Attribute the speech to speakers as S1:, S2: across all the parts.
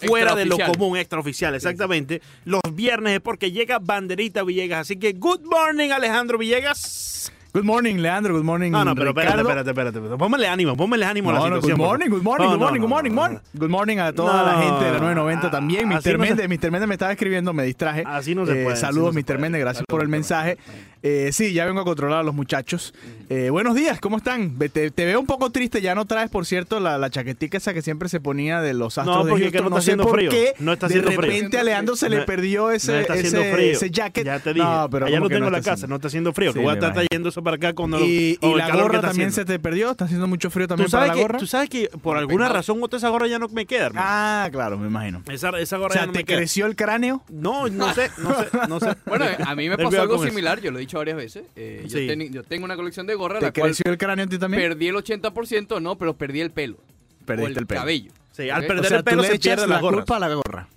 S1: fuera de lo
S2: Extraoficial.
S1: común, extraoficial, exactamente. Los viernes es porque llega Banderita Villegas. Así que, good morning, Alejandro Villegas.
S3: Good morning, Leandro. Good morning.
S1: No, no, pero espérate,
S3: Ricardo.
S1: espérate, espérate. espérate. Pónmele ánimo, pónmele ánimo a
S3: No,
S1: la
S3: no,
S1: situación.
S3: good morning, good morning,
S1: No,
S3: good
S1: no,
S3: morning,
S1: no,
S3: good morning,
S1: no,
S3: morning. Good morning a toda
S1: No,
S3: la gente de la
S1: no,
S3: 990
S1: ah, así
S3: también. Mr.
S1: no se- Ah,
S3: Méndez, Mr. Méndez me estaba escribiendo, me distraje.
S1: Así no se
S3: Eh,
S1: puede, así
S3: Saludos,
S1: no se
S3: Mr.
S1: puede.
S3: Méndez, gracias
S1: Saludos,
S3: por el
S1: Mr.
S3: mensaje. Eh, sí, ya vengo a controlar a los muchachos. Eh, buenos días, ¿cómo están? Ve- Te, te veo un poco triste, ya no traes, por cierto, la, la chaquetica esa que siempre se ponía de los astros
S1: No,
S3: de
S1: porque
S3: Houston.
S1: que no está haciendo
S3: por
S1: frío,
S3: qué
S1: no está
S3: de
S1: haciendo frío.
S3: repente a Leandro se le
S1: No,
S3: perdió ese,
S1: no está haciendo
S3: ese-
S1: frío.
S3: ese jacket.
S1: Ya te dije.
S3: No, pero
S1: Allá
S3: ¿cómo
S1: lo
S3: que
S1: tengo
S3: no
S1: en la
S3: está
S1: casa,
S3: haciendo?
S1: no está haciendo frío.
S3: Sí,
S1: que voy a
S3: me
S1: estar
S3: imagino.
S1: trayendo eso para acá con el,
S3: Y,
S1: con
S3: y
S1: Oh, el
S3: la
S1: calor que
S3: gorra
S1: está
S3: también se
S1: haciendo.
S3: te perdió, está haciendo mucho frío también
S1: ¿Tú sabes,
S3: para la
S1: que,
S3: gorra.
S1: tú sabes que por alguna razón otra esa gorra ya no me queda, hermano.
S3: Ah, claro, me imagino.
S1: Esa, esa gorra
S3: O sea,
S1: ya no
S3: ¿te
S1: me queda.
S3: creció el cráneo?
S1: No, no sé, no sé, no sé.
S2: Bueno, a mí me
S1: Ten
S2: pasó
S1: cuidado
S2: algo
S1: con eso.
S2: similar, yo lo he dicho varias veces. Eh, yo,
S1: Sí.
S2: teni- yo tengo una colección de gorras,
S3: ¿Te
S2: la cual
S3: creció el cráneo a ti también?
S2: perdí el 80%, no, pero perdí el pelo. o
S3: Perdiste
S2: el,
S3: el pelo.
S2: cabello.
S1: Sí, al
S2: Ok.
S1: perder
S3: o sea,
S1: el
S3: tú
S1: pelo
S3: le
S1: se
S3: echas
S1: pierden
S3: la
S1: las gorras.
S3: culpa a la gorra.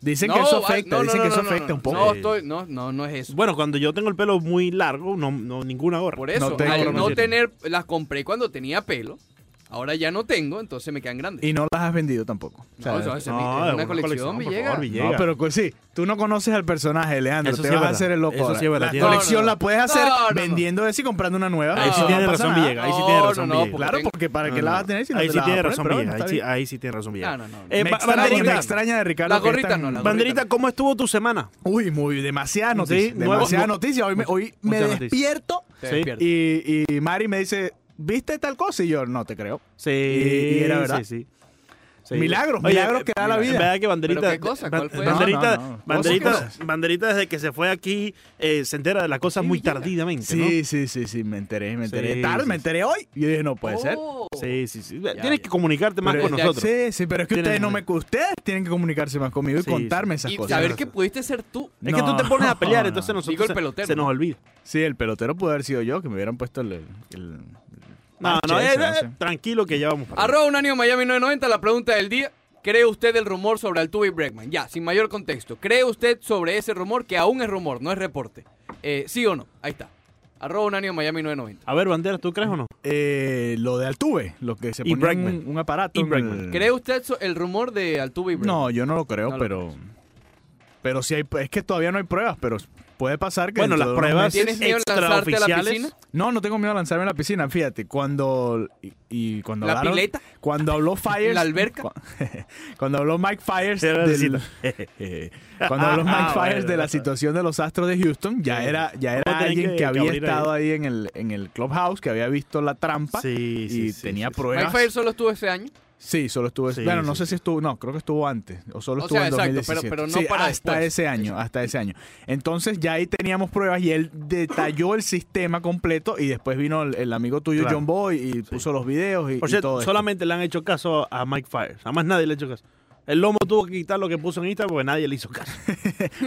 S3: Dicen
S2: No,
S3: que eso
S2: ah, no,
S3: afecta,
S2: no,
S3: dicen
S2: no,
S3: que eso
S2: no, no,
S3: afecta
S2: no,
S3: un poco.
S2: No, estoy, no, no, no es eso.
S1: Bueno, cuando yo tengo el pelo muy largo, no, no ninguna gorra.
S2: Por eso,
S3: no tengo
S2: al
S3: gorra,
S2: no
S3: no
S2: tener, las compré cuando tenía pelo, ahora ya no tengo, entonces me quedan grandes.
S3: Y no las has vendido tampoco. O sea,
S2: No, eso- eso es mi-
S1: no,
S2: es
S1: es
S2: una
S1: una
S2: colección,
S1: colección, por
S2: Villegas.
S1: favor,
S2: No,
S1: Villegas.
S3: No, pero pues, sí, tú no conoces al personaje, Leandro.
S1: Eso
S3: te
S1: sí es
S3: vas a
S1: verdad.
S3: hacer el loco.
S1: Eso
S3: ahora.
S1: sí es verdad,
S3: La
S1: tiene-
S3: colección
S2: No, no,
S3: la puedes hacer
S2: no, no, no.
S3: vendiendo esa y comprando una nueva.
S1: Ahí sí
S3: No
S1: tiene
S3: pasa
S1: razón
S3: nada.
S1: Villegas, ahí sí
S2: No,
S1: tiene
S2: no,
S1: razón
S2: no,
S1: Villegas.
S3: Claro, porque para qué la vas a tener si no
S1: ahí
S3: te
S1: sí
S3: la vas
S1: tiene
S3: a poner,
S1: razón
S3: pero bueno,
S1: Villegas,
S3: está
S1: ahí sí,
S3: bien.
S1: ahí sí tiene razón Villegas.
S2: No, no, no.
S1: Eh,
S3: me,
S1: ba-
S3: extraña, me
S1: banderita,
S3: extraña de Ricardo.
S2: La
S3: que es
S2: gorrita
S3: tan-
S2: no, la gorrita.
S1: banderita, ¿cómo estuvo tu semana?
S3: Uy, muy, demasiada
S1: Sí,
S3: noticia.
S1: nuevo-
S3: demasiada
S1: nu-
S3: noticia. Hoy me, hoy me
S1: mucha noticia.
S3: despierto
S2: Te
S1: sí.
S2: despiertas.
S3: y, y Mari me dice, ¿viste tal cosa? Y yo, no te creo.
S1: Sí,
S3: Y- y era verdad.
S1: sí, sí. Sí.
S3: Milagros, milagros que da la vida.
S1: ¿Verdad que banderita?
S2: ¿Pero qué cosa? ¿Cuál fue?
S1: Banderita,
S3: No, no, no.
S1: Banderita,
S3: Cosas.
S1: banderita desde que se fue aquí eh, se entera de las cosas
S2: Sí,
S1: muy
S2: Villegas.
S1: tardidamente, ¿no?
S3: Sí, sí, sí, sí, me enteré, me
S1: Sí,
S3: enteré tarde,
S1: sí,
S3: me
S1: sí.
S3: enteré hoy. Y yo dije, no puede ser.
S2: Oh.
S1: Sí, sí, sí.
S2: Ya,
S1: Tienes
S2: ya.
S1: que comunicarte más
S2: Pero
S1: con
S2: ya-
S1: nosotros.
S3: Sí, sí, pero es que
S1: Tienen-
S3: ustedes no me ustedes tienen que comunicarse más conmigo y
S1: Sí,
S3: contarme esas
S2: Y
S3: cosas.
S2: saber que pudiste ser tú.
S1: Es que tú te
S3: No,
S1: pones a pelear,
S3: no.
S1: entonces
S2: Digo
S1: nosotros
S2: el
S1: se-
S2: pelotero,
S1: se nos
S2: ¿no?
S1: olvida.
S3: Sí, el pelotero pudo haber sido yo, que me hubieran puesto el... el- el
S1: No,
S3: parche
S1: no, eh,
S3: ese,
S1: eh,
S3: sé.
S1: tranquilo que ya vamos para
S2: Arroba Unánimo Miami 990, la pregunta del día. ¿Cree usted el rumor sobre Altuve y Bregman? Ya, sin mayor contexto. ¿Cree usted sobre ese rumor que aún es rumor, no es reporte? Eh, ¿Sí o no? Ahí está. Arroba Unánimo Miami 990.
S1: A ver, Bandera, ¿tú crees o no?
S3: Eh, lo de Altuve, lo que se
S1: Y
S3: ponía en un,
S1: Bregman.
S3: un aparato.
S1: Y
S3: en
S1: Bregman.
S3: el-
S2: ¿Cree usted so- el rumor de Altuve y Bregman?
S3: No, yo no lo creo,
S2: No lo
S3: pero... Pero sí hay... Es que todavía no hay pruebas, pero puede pasar que...
S1: Bueno,
S3: dentro
S1: las
S3: de unos
S1: pruebas-
S2: ¿Tienes
S3: meses-
S2: miedo en lanzarte a la
S1: extraoficiales.
S2: piscina?
S3: No, no tengo miedo a lanzarme a la piscina. Fíjate, cuando... Y, y cuando
S2: ¿La
S3: hablaron-
S2: pileta?
S3: Cuando habló Fires...
S2: ¿La alberca?
S3: cu- Cuando habló Mike Fires...
S1: Era la
S3: del-
S1: cita.
S3: cuando habló Mike
S1: Ah,
S3: Fires
S1: bueno,
S3: de la
S1: bueno.
S3: situación de los Astros de Houston, ya
S1: Sí.
S3: era, ya era
S1: Vamos a tener
S3: alguien
S1: que-
S3: que,
S1: que
S3: había
S1: abrir ahí.
S3: estado ahí en el, en el clubhouse, que había visto la trampa
S1: Sí, sí,
S3: y
S1: sí,
S3: tenía
S1: sí, sí.
S2: Mike
S3: pruebas.
S2: Fire solo estuvo ese año.
S3: Sí, solo estuvo.
S1: Sí,
S3: bueno, no
S1: sí,
S3: sé
S1: sí.
S3: si estuvo. No, creo que estuvo antes. O solo
S2: O
S3: estuvo
S2: sea,
S3: en
S2: exacto,
S3: 2017.
S2: pero- pero no
S3: Sí,
S2: para
S3: hasta
S2: después.
S3: ese año, hasta ese año. Entonces ya ahí teníamos pruebas y él detalló el sistema completo y después vino el, el amigo tuyo
S1: Claro.
S3: John Boy y puso los videos y,
S1: Por
S3: y
S1: cierto,
S3: todo. esto.
S1: solamente le han hecho caso a Mike Fires. A más nadie le ha hecho caso. El lomo tuvo que quitar lo que puso en Instagram porque nadie le hizo caso.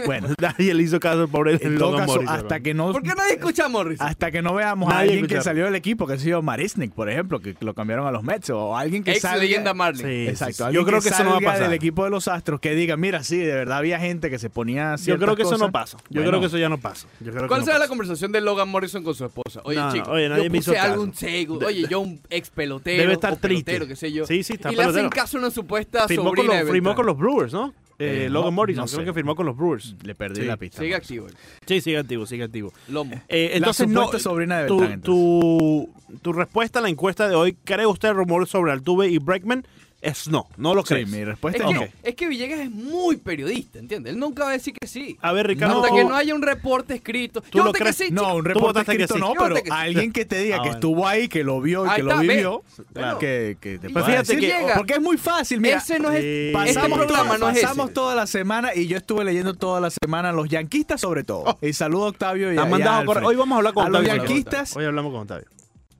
S3: Bueno,
S1: nadie le hizo caso al pobre
S3: en todo
S1: Logan
S3: caso,
S1: Morris,
S3: hasta
S1: hermano.
S3: que no
S2: ¿Por qué nadie escucha a Morris?
S3: hasta que no veamos a
S1: Nadie
S3: alguien
S1: escucharon.
S3: que salió del equipo, que ha sido Marisnik, por ejemplo, que lo cambiaron a los Mets o alguien que
S2: Ex
S3: salga-
S2: leyenda Marley.
S1: Sí, sí, sí.
S3: Exacto.
S1: Yo
S3: alguien
S1: creo que eso no va a
S3: salga
S1: pasar.
S3: del equipo de los Astros que diga, mira, sí, de verdad había gente que se ponía
S1: Yo creo que eso no
S3: pasa.
S1: pasa. Yo
S3: Bueno.
S1: creo que eso ya no pasa. Yo creo que
S2: ¿Cuál
S1: no
S2: será la
S1: pasa.
S2: conversación de Logan Morrison con su esposa? Oye,
S1: No, no,
S2: chico,
S1: oye, nadie
S2: yo
S1: me hizo
S2: puse
S1: caso.
S2: algo en Facebook.
S1: De-
S2: Oye, yo un ex pelotero.
S1: Debe estar
S2: o pelotero,
S1: triste.
S2: qué sé yo.
S1: Sí, sí, está
S2: Y le hacen
S1: pelotero.
S2: caso a una supuesta
S1: firmó con,
S2: sobrina
S1: los,
S2: de
S1: firmó
S2: Beltrán.
S1: con los Brewers, ¿no? Eh,
S3: Eh,
S1: Logan
S3: no-
S1: Morris,
S3: no
S1: creo
S3: sé.
S1: que firmó con los Brewers.
S3: Le perdí
S1: Sí.
S3: la pista.
S2: Sigue activo. el
S1: Sí, sigue activo, sigue activo.
S2: Lomo.
S1: Eh,
S3: La
S1: entonces no,
S3: supuesta sobrina de
S1: tu,
S3: Beltrán,
S1: tu, tu respuesta a la encuesta de hoy, ¿cree usted el rumor sobre Altuve y Bregman? Es no, no lo
S3: Sí,
S1: crees.
S3: mi
S2: Es
S3: respuesta
S2: que,
S3: es no.
S2: es que Villegas es muy periodista, ¿entiendes? Él nunca va a decir que sí.
S1: A ver, Ricardo,
S2: Hasta
S1: tú-
S2: que no haya un reporte escrito.
S1: ¿Tú
S2: Yo
S1: lo
S2: voté que
S1: crees?
S2: sí,
S3: No,
S2: chico.
S3: un
S1: Tú
S3: reporte
S1: votaste que
S3: escrito
S1: sí.
S3: no,
S2: Yo
S3: pero
S2: voté que sí.
S3: alguien que te diga
S1: Ah,
S3: que
S1: bueno.
S3: estuvo ahí, que lo vio y
S2: Ahí
S3: que lo
S2: está, ve.
S3: vivió,
S2: Claro.
S3: que, que te
S2: Pues
S3: pueda
S1: fíjate
S3: decir.
S1: que-
S2: Villegas.
S3: Porque es muy fácil, mira.
S2: Ese no es
S1: eh,
S2: el este
S3: Pasamos,
S2: programa,
S3: toda,
S2: no es
S3: pasamos
S2: ese.
S3: toda la semana y yo estuve leyendo toda la semana a los yanquistas sobre todo. Y saludo a Octavio y
S1: Te
S3: a,
S1: han
S3: y a
S1: Oh. mandado a
S3: Alfred.
S1: correr. Hoy vamos a hablar con
S3: A los
S1: Octavio.
S3: yanquistas
S1: Hoy hablamos con Octavio.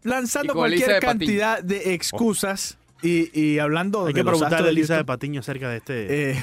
S3: lanzando
S2: Y con Elisa
S3: cualquier
S2: de Patiño.
S3: cantidad de excusas y, y
S1: Hay
S3: hablando de
S1: que
S3: los
S1: preguntarle
S3: Astros
S1: a
S3: de
S1: Elisa de
S3: Houston.
S1: Patiño acerca de este.
S3: Eh,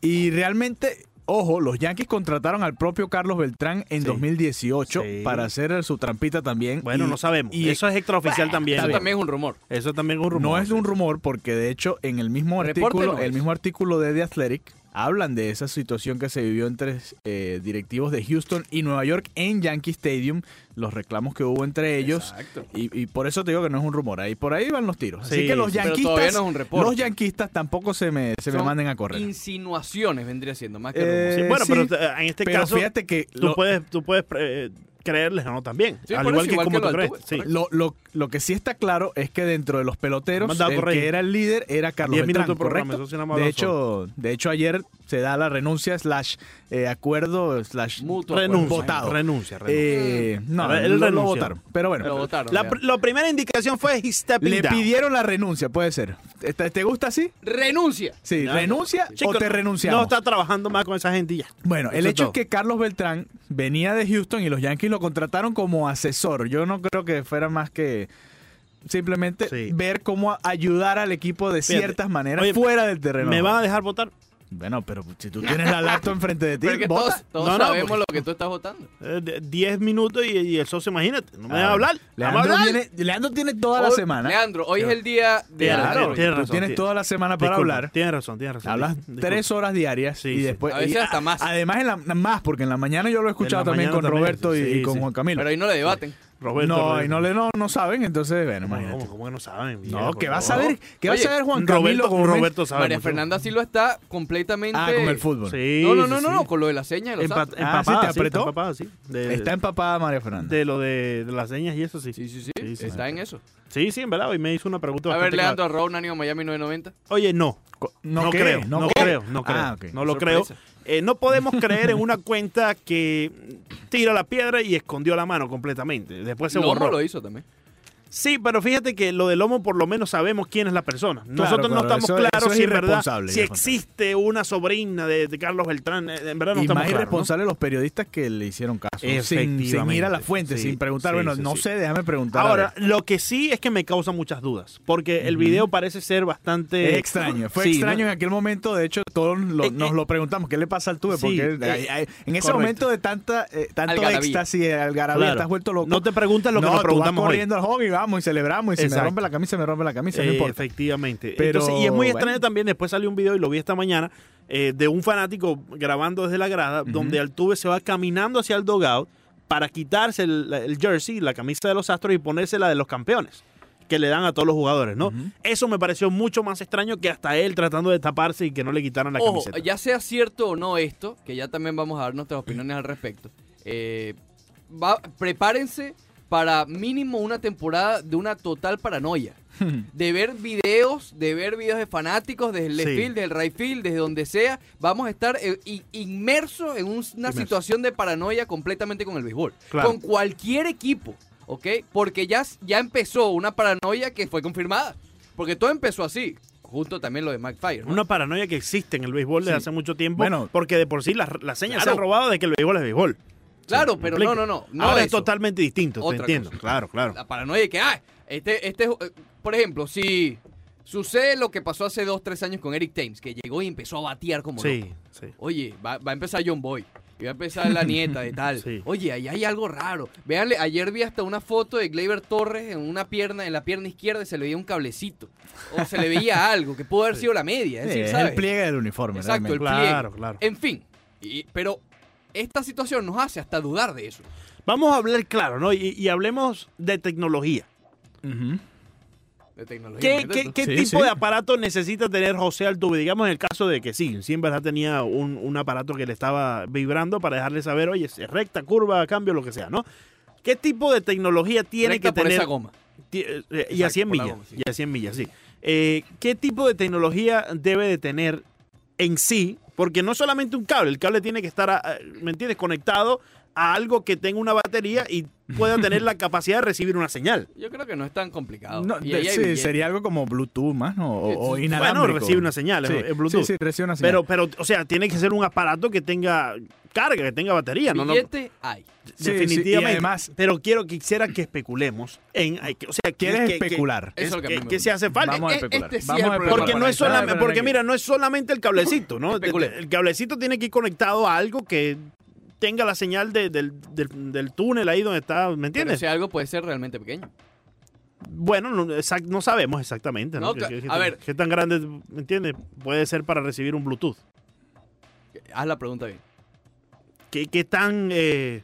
S3: y realmente, ojo, los Yankees contrataron al propio Carlos Beltrán en
S1: Sí.
S3: 2018
S1: Sí.
S3: para hacer su trampita también.
S1: bueno,
S3: Y-
S1: no sabemos.
S3: y-
S1: eso es extraoficial también.
S2: Eso también es un rumor.
S1: Eso también es un rumor.
S3: No es un rumor porque de hecho en el mismo
S2: Reporte
S3: artículo,
S2: no
S3: el
S2: es.
S3: mismo artículo de The Athletic hablan de esa situación que se vivió entre eh, directivos de Houston y Nueva York en Yankee Stadium, los reclamos que hubo entre ellos.
S2: Exacto.
S3: Y, y por eso te digo que no es un rumor, ahí por ahí van los tiros. Así
S1: Sí,
S3: que los
S1: sí,
S2: pero todavía
S3: yanquistas,
S2: no es un reporte.
S3: los yanquistas tampoco se me, se me
S2: Son
S3: manden a correr.
S2: Insinuaciones vendría siendo, más que
S3: Eh,
S2: rumores.
S1: Sí, bueno,
S3: sí,
S1: pero eh, en este
S3: Pero
S1: caso
S3: fíjate que
S1: tú
S3: lo-
S1: puedes, tú puedes eh, creerles o no también.
S2: Sí,
S1: al
S2: por
S1: igual
S2: eso,
S1: que
S2: igual
S1: como
S2: que lo
S1: tú
S2: del
S1: crees.
S2: tubo,
S1: Sí.
S2: correcto.
S3: Lo, lo- lo que sí está claro es que dentro de los peloteros,
S1: Mandado
S3: el
S1: por Reyes.
S3: que era el líder era Carlos
S1: Diez
S3: Beltrán,
S1: minutos de programa,
S3: ¿correcto?
S1: eso sí no me
S3: de,
S1: habla
S3: hecho, de hecho, ayer se da la renuncia slash eh, acuerdo slash...
S2: Mutuo acuerdo.
S1: Renuncia,
S3: Votado.
S1: renuncia, renuncia.
S3: eh, no,
S1: A ver, él
S3: lo- lo,
S1: renunció.
S3: votaron. Pero bueno,
S2: Lo votaron.
S1: la,
S2: ya.
S1: pr- la primera indicación fue his stepping
S3: Eh, le
S1: down.
S3: pidieron la renuncia, puede ser. ¿Te, te gusta así?
S2: Renuncia.
S3: Sí,
S1: Ya.
S3: renuncia
S1: Chicos,
S3: o te renunciamos.
S1: No está trabajando más con esa gente y ya.
S3: Bueno, el
S1: Eso
S3: hecho
S1: todo.
S3: es que Carlos Beltrán venía de Houston y los Yankees lo contrataron como asesor. Yo no creo que fuera más que simplemente
S1: Sí.
S3: ver cómo a- ayudar al equipo de
S1: Fíjate.
S3: ciertas maneras
S1: Oye,
S3: fuera del terreno.
S1: ¿Me van a dejar votar?
S3: Bueno, pero si tú tienes la laptop enfrente de ti,
S2: Pero es que
S3: vota.
S2: todos, todos
S1: No, pues. no,
S2: sabemos
S1: porque-
S2: lo que tú estás votando.
S1: Eh, de- 10 minutos y, y el socio, imagínate, no me
S3: Ah,
S1: va a hablar. ¿No me va a
S3: Leandro,
S1: hablar?
S3: viene, Leandro tiene toda la
S2: Hoy-
S3: semana.
S2: Leandro, hoy es el día de
S1: Claro,
S2: Leandro.
S1: tienes
S3: tú
S1: razón,
S3: tienes
S1: tienes-
S3: toda la semana para
S1: Disculpa,
S3: hablar.
S1: Tienes razón, tienes razón.
S3: Hablas
S1: Dis-
S3: tres
S1: disculpa.
S3: horas diarias
S1: Sí,
S3: y
S1: sí.
S3: después.
S2: A veces
S3: y-
S2: hasta más.
S3: Además, en la, más, porque en la mañana yo lo he escuchado
S1: la
S3: también
S1: mañana
S3: con
S1: también,
S3: Roberto y,
S1: sí,
S3: y con
S1: sí.
S3: Juan Camilo.
S2: Pero ahí no le debaten.
S1: Roberto,
S3: no,
S1: Roberto.
S3: y no, le, no, no saben, entonces, bueno,
S1: ¿Cómo,
S3: imagínate.
S1: cómo, cómo que no saben?
S3: No,
S1: viejo?
S3: que va a
S1: No.
S3: saber, que va a
S2: Oye,
S3: saber Juan Camilo
S1: Roberto,
S3: Gómez.
S1: Roberto sabe.
S2: María
S1: mucho.
S2: Fernanda Silva está completamente.
S3: Ah, con el fútbol.
S1: Sí.
S2: No, no, no,
S1: sí,
S2: no,
S1: sí.
S2: no, con lo de la seña de los
S1: Empa-
S2: astros.
S3: Ah,
S1: empapada,
S3: sí, te
S1: sí, está
S3: apretó.
S1: empapada, sí. De,
S3: Está empapada María Fernanda.
S1: de lo de, de las señas y eso sí.
S2: Sí, sí, sí.
S1: Sí, sí.
S2: Está en eso.
S1: Sí, sí, en verdad. Y me hizo una pregunta
S2: A ver,
S1: bastante
S2: Leandro, arroba Unánimo Miami 990.
S1: clara. Oye, no.
S3: Co-
S1: No,
S3: ¿qué?
S1: creo, no,
S3: ¿qué?
S1: creo, no creo.
S3: Ah, ok.
S1: No lo
S2: Sorpresa.
S1: creo. Eh, no podemos creer en una cuenta que tira la piedra y escondió la mano completamente. Después se
S2: Lomo
S1: borró.
S2: lo hizo también.
S1: Sí, pero fíjate que lo del lomo por lo menos sabemos quién es la persona. Nosotros no
S3: claro,
S1: estamos
S3: eso-
S1: claros
S3: eso es
S1: si en verdad
S3: irresponsable,
S1: si
S3: ya, Juan Carlos.
S1: existe una sobrina de, de Carlos Beltrán. eh, En verdad no
S3: y
S1: estamos
S3: más
S1: claros, ¿no?
S3: irresponsables los periodistas que le hicieron caso. Sin, sin ir a la
S1: Efectivamente.
S3: fuente,
S1: Sí,
S3: sin preguntar,
S1: sí,
S3: bueno,
S1: sí,
S3: no
S1: sí.
S3: sé, déjame preguntar. a
S1: Ahora,
S3: ver.
S1: lo que sí es que me causa muchas dudas, porque el video parece ser bastante...
S3: Es extraño, fue
S1: eh, Sí,
S3: extraño
S1: ¿no?
S3: en aquel momento, de hecho todos lo-
S1: Eh,
S3: nos
S1: eh.
S3: lo preguntamos, ¿qué le pasa al tuve?
S1: Sí,
S3: Porque
S1: eh,
S3: ay, ay, en ese
S1: correcto.
S3: momento de tanta eh, tanto
S2: Algarabía.
S3: éxtasis, eh, algarabía,
S1: Claro.
S3: estás vuelto loco.
S1: No te preguntas lo que
S3: No,
S1: nos
S3: tú vas
S1: preguntamos hoy.
S3: corriendo al hobby, vamos y celebramos y si me
S1: Exacto.
S3: rompe la camisa, me rompe la camisa, no
S1: Eh,
S3: importa.
S1: Efectivamente.
S3: Pero,
S1: Entonces, y es muy
S3: bueno.
S1: extraño también, después salió un video y lo vi esta mañana, eh, de un fanático grabando desde la grada, donde Altuve se va caminando hacia el dogout para quitarse el, el jersey, la camisa de los Astros y ponerse la de los campeones que le dan a todos los jugadores, ¿no?
S3: Ujú.
S1: Eso me pareció mucho más extraño que hasta él tratando de taparse y que no le quitaran la
S2: Ojo,
S1: camiseta.
S2: ya sea cierto o no esto, que ya también vamos a dar nuestras opiniones al respecto. eh, va- prepárense para mínimo una temporada de una total paranoia. De ver videos, de ver videos de fanáticos desde el left
S1: Sí.
S2: field, desde el right field, desde donde sea. Vamos a estar eh, i- inmersos en un- una
S1: Inmerso.
S2: situación de paranoia completamente con el béisbol.
S1: Claro.
S2: Con cualquier equipo, ¿ok? Porque ya, s- ya empezó una paranoia que fue confirmada. Porque todo empezó así. Junto también lo de McFire. ¿no?
S1: Una paranoia que existe en el béisbol desde hace mucho tiempo,
S3: Bueno.
S1: porque de por sí las las señas se
S2: Claro.
S1: han robado de que el béisbol es béisbol.
S2: Claro,
S1: ¿Me
S2: pero
S1: explico?
S2: no, no, no. no
S1: Ahora es
S2: eso.
S1: totalmente distinto,
S2: Otra
S1: te entiendo.
S2: cosa.
S1: Claro, claro.
S2: La paranoia de que, ah, este, este, eh, por ejemplo, si sucede lo que pasó hace dos, tres años con Eric Thames, que llegó y empezó a batear como loco.
S1: Sí, sí.
S2: Oye, va, va a empezar John Boy. Y va a empezar la nieta de tal.
S1: Sí.
S2: Oye, ahí hay algo raro. Véanle, ayer vi hasta una foto de Gleyber Torres en una pierna, en la pierna izquierda, y se le veía un cablecito. O se le veía algo, que pudo haber sido la media. Es
S3: Sí,
S2: decir,
S3: es
S2: ¿sabes?
S3: el pliegue del uniforme,
S2: Exacto, el
S3: realmente.
S2: pliegue.
S1: Claro, claro.
S2: En fin. Y- pero esta situación nos hace hasta dudar de eso.
S1: Vamos a hablar claro, ¿no? Y, y hablemos de tecnología.
S3: Ujú.
S2: De tecnología.
S1: ¿Qué,
S2: ¿verdad?
S1: qué- qué
S3: Sí,
S1: tipo
S3: sí.
S1: de aparato necesita tener José Altuve? Digamos en el caso de que sí, sí en verdad tenía un, un aparato que le estaba vibrando para dejarle saber, oye, es recta, curva, cambio, lo que sea, ¿no? ¿Qué tipo de tecnología tiene
S2: Recta
S1: que
S2: por
S1: tener?
S2: esa goma.
S1: Ti- eh, eh, y
S2: Exacto,
S1: a 100
S2: por la
S1: millas.
S2: goma, sí.
S1: Y a 100 millas, sí. Eh, ¿Qué tipo de tecnología debe de tener en sí? Porque no solamente un cable, el cable tiene que estar, a- a- ¿me entiendes?, conectado a algo que tenga una batería y pueda tener la capacidad de recibir una señal.
S2: Yo creo que no es tan complicado.
S3: No,
S2: Oh, Y
S3: de-
S2: ahí hay
S3: sí,
S2: billete.
S3: sería algo como Bluetooth más, ¿no? O, o
S2: Bueno,
S3: inalámbrico.
S1: Bueno, recibe una señal, es-
S3: Sí,
S1: es Bluetooth.
S3: Sí, sí, recibe una señal.
S1: Pero, pero, o sea, tiene que ser un aparato que tenga carga, que tenga batería, ¿no? no
S2: Billete hay.
S3: sí,
S1: definitivamente.
S3: y además-
S1: pero quiero, quisiera que especulemos en, ay, que- o sea, que-
S3: ¿Quieres
S1: que- que-
S3: especular?
S1: que-
S2: Eso es lo que a mí me
S1: que se hace falta.
S3: Vamos a
S2: Eh, eh,
S3: especular.
S2: este sí
S3: Vamos
S2: es
S3: a
S2: el
S3: especular.
S2: problema.
S1: Porque no
S2: para
S1: es
S2: eso.
S1: solamente,
S3: Para- para-
S1: porque mira, no es solamente el cablecito, ¿no?
S2: Especulemos.
S1: El cablecito tiene que ir conectado a algo que tenga la señal de- del, del- del túnel ahí donde está, ¿me
S2: Pero
S1: entiendes?
S2: si algo puede ser realmente pequeño.
S1: bueno, no, exact- no sabemos exactamente, ¿no?
S2: No,
S1: ¿Qué-
S2: cla-
S1: qué- qué
S2: a
S1: tan-
S2: ver.
S1: ¿Qué tan grande, ¿me entiendes? Puede ser para recibir un Bluetooth.
S2: haz la pregunta bien.
S1: ¿Qué, qué tan... eh,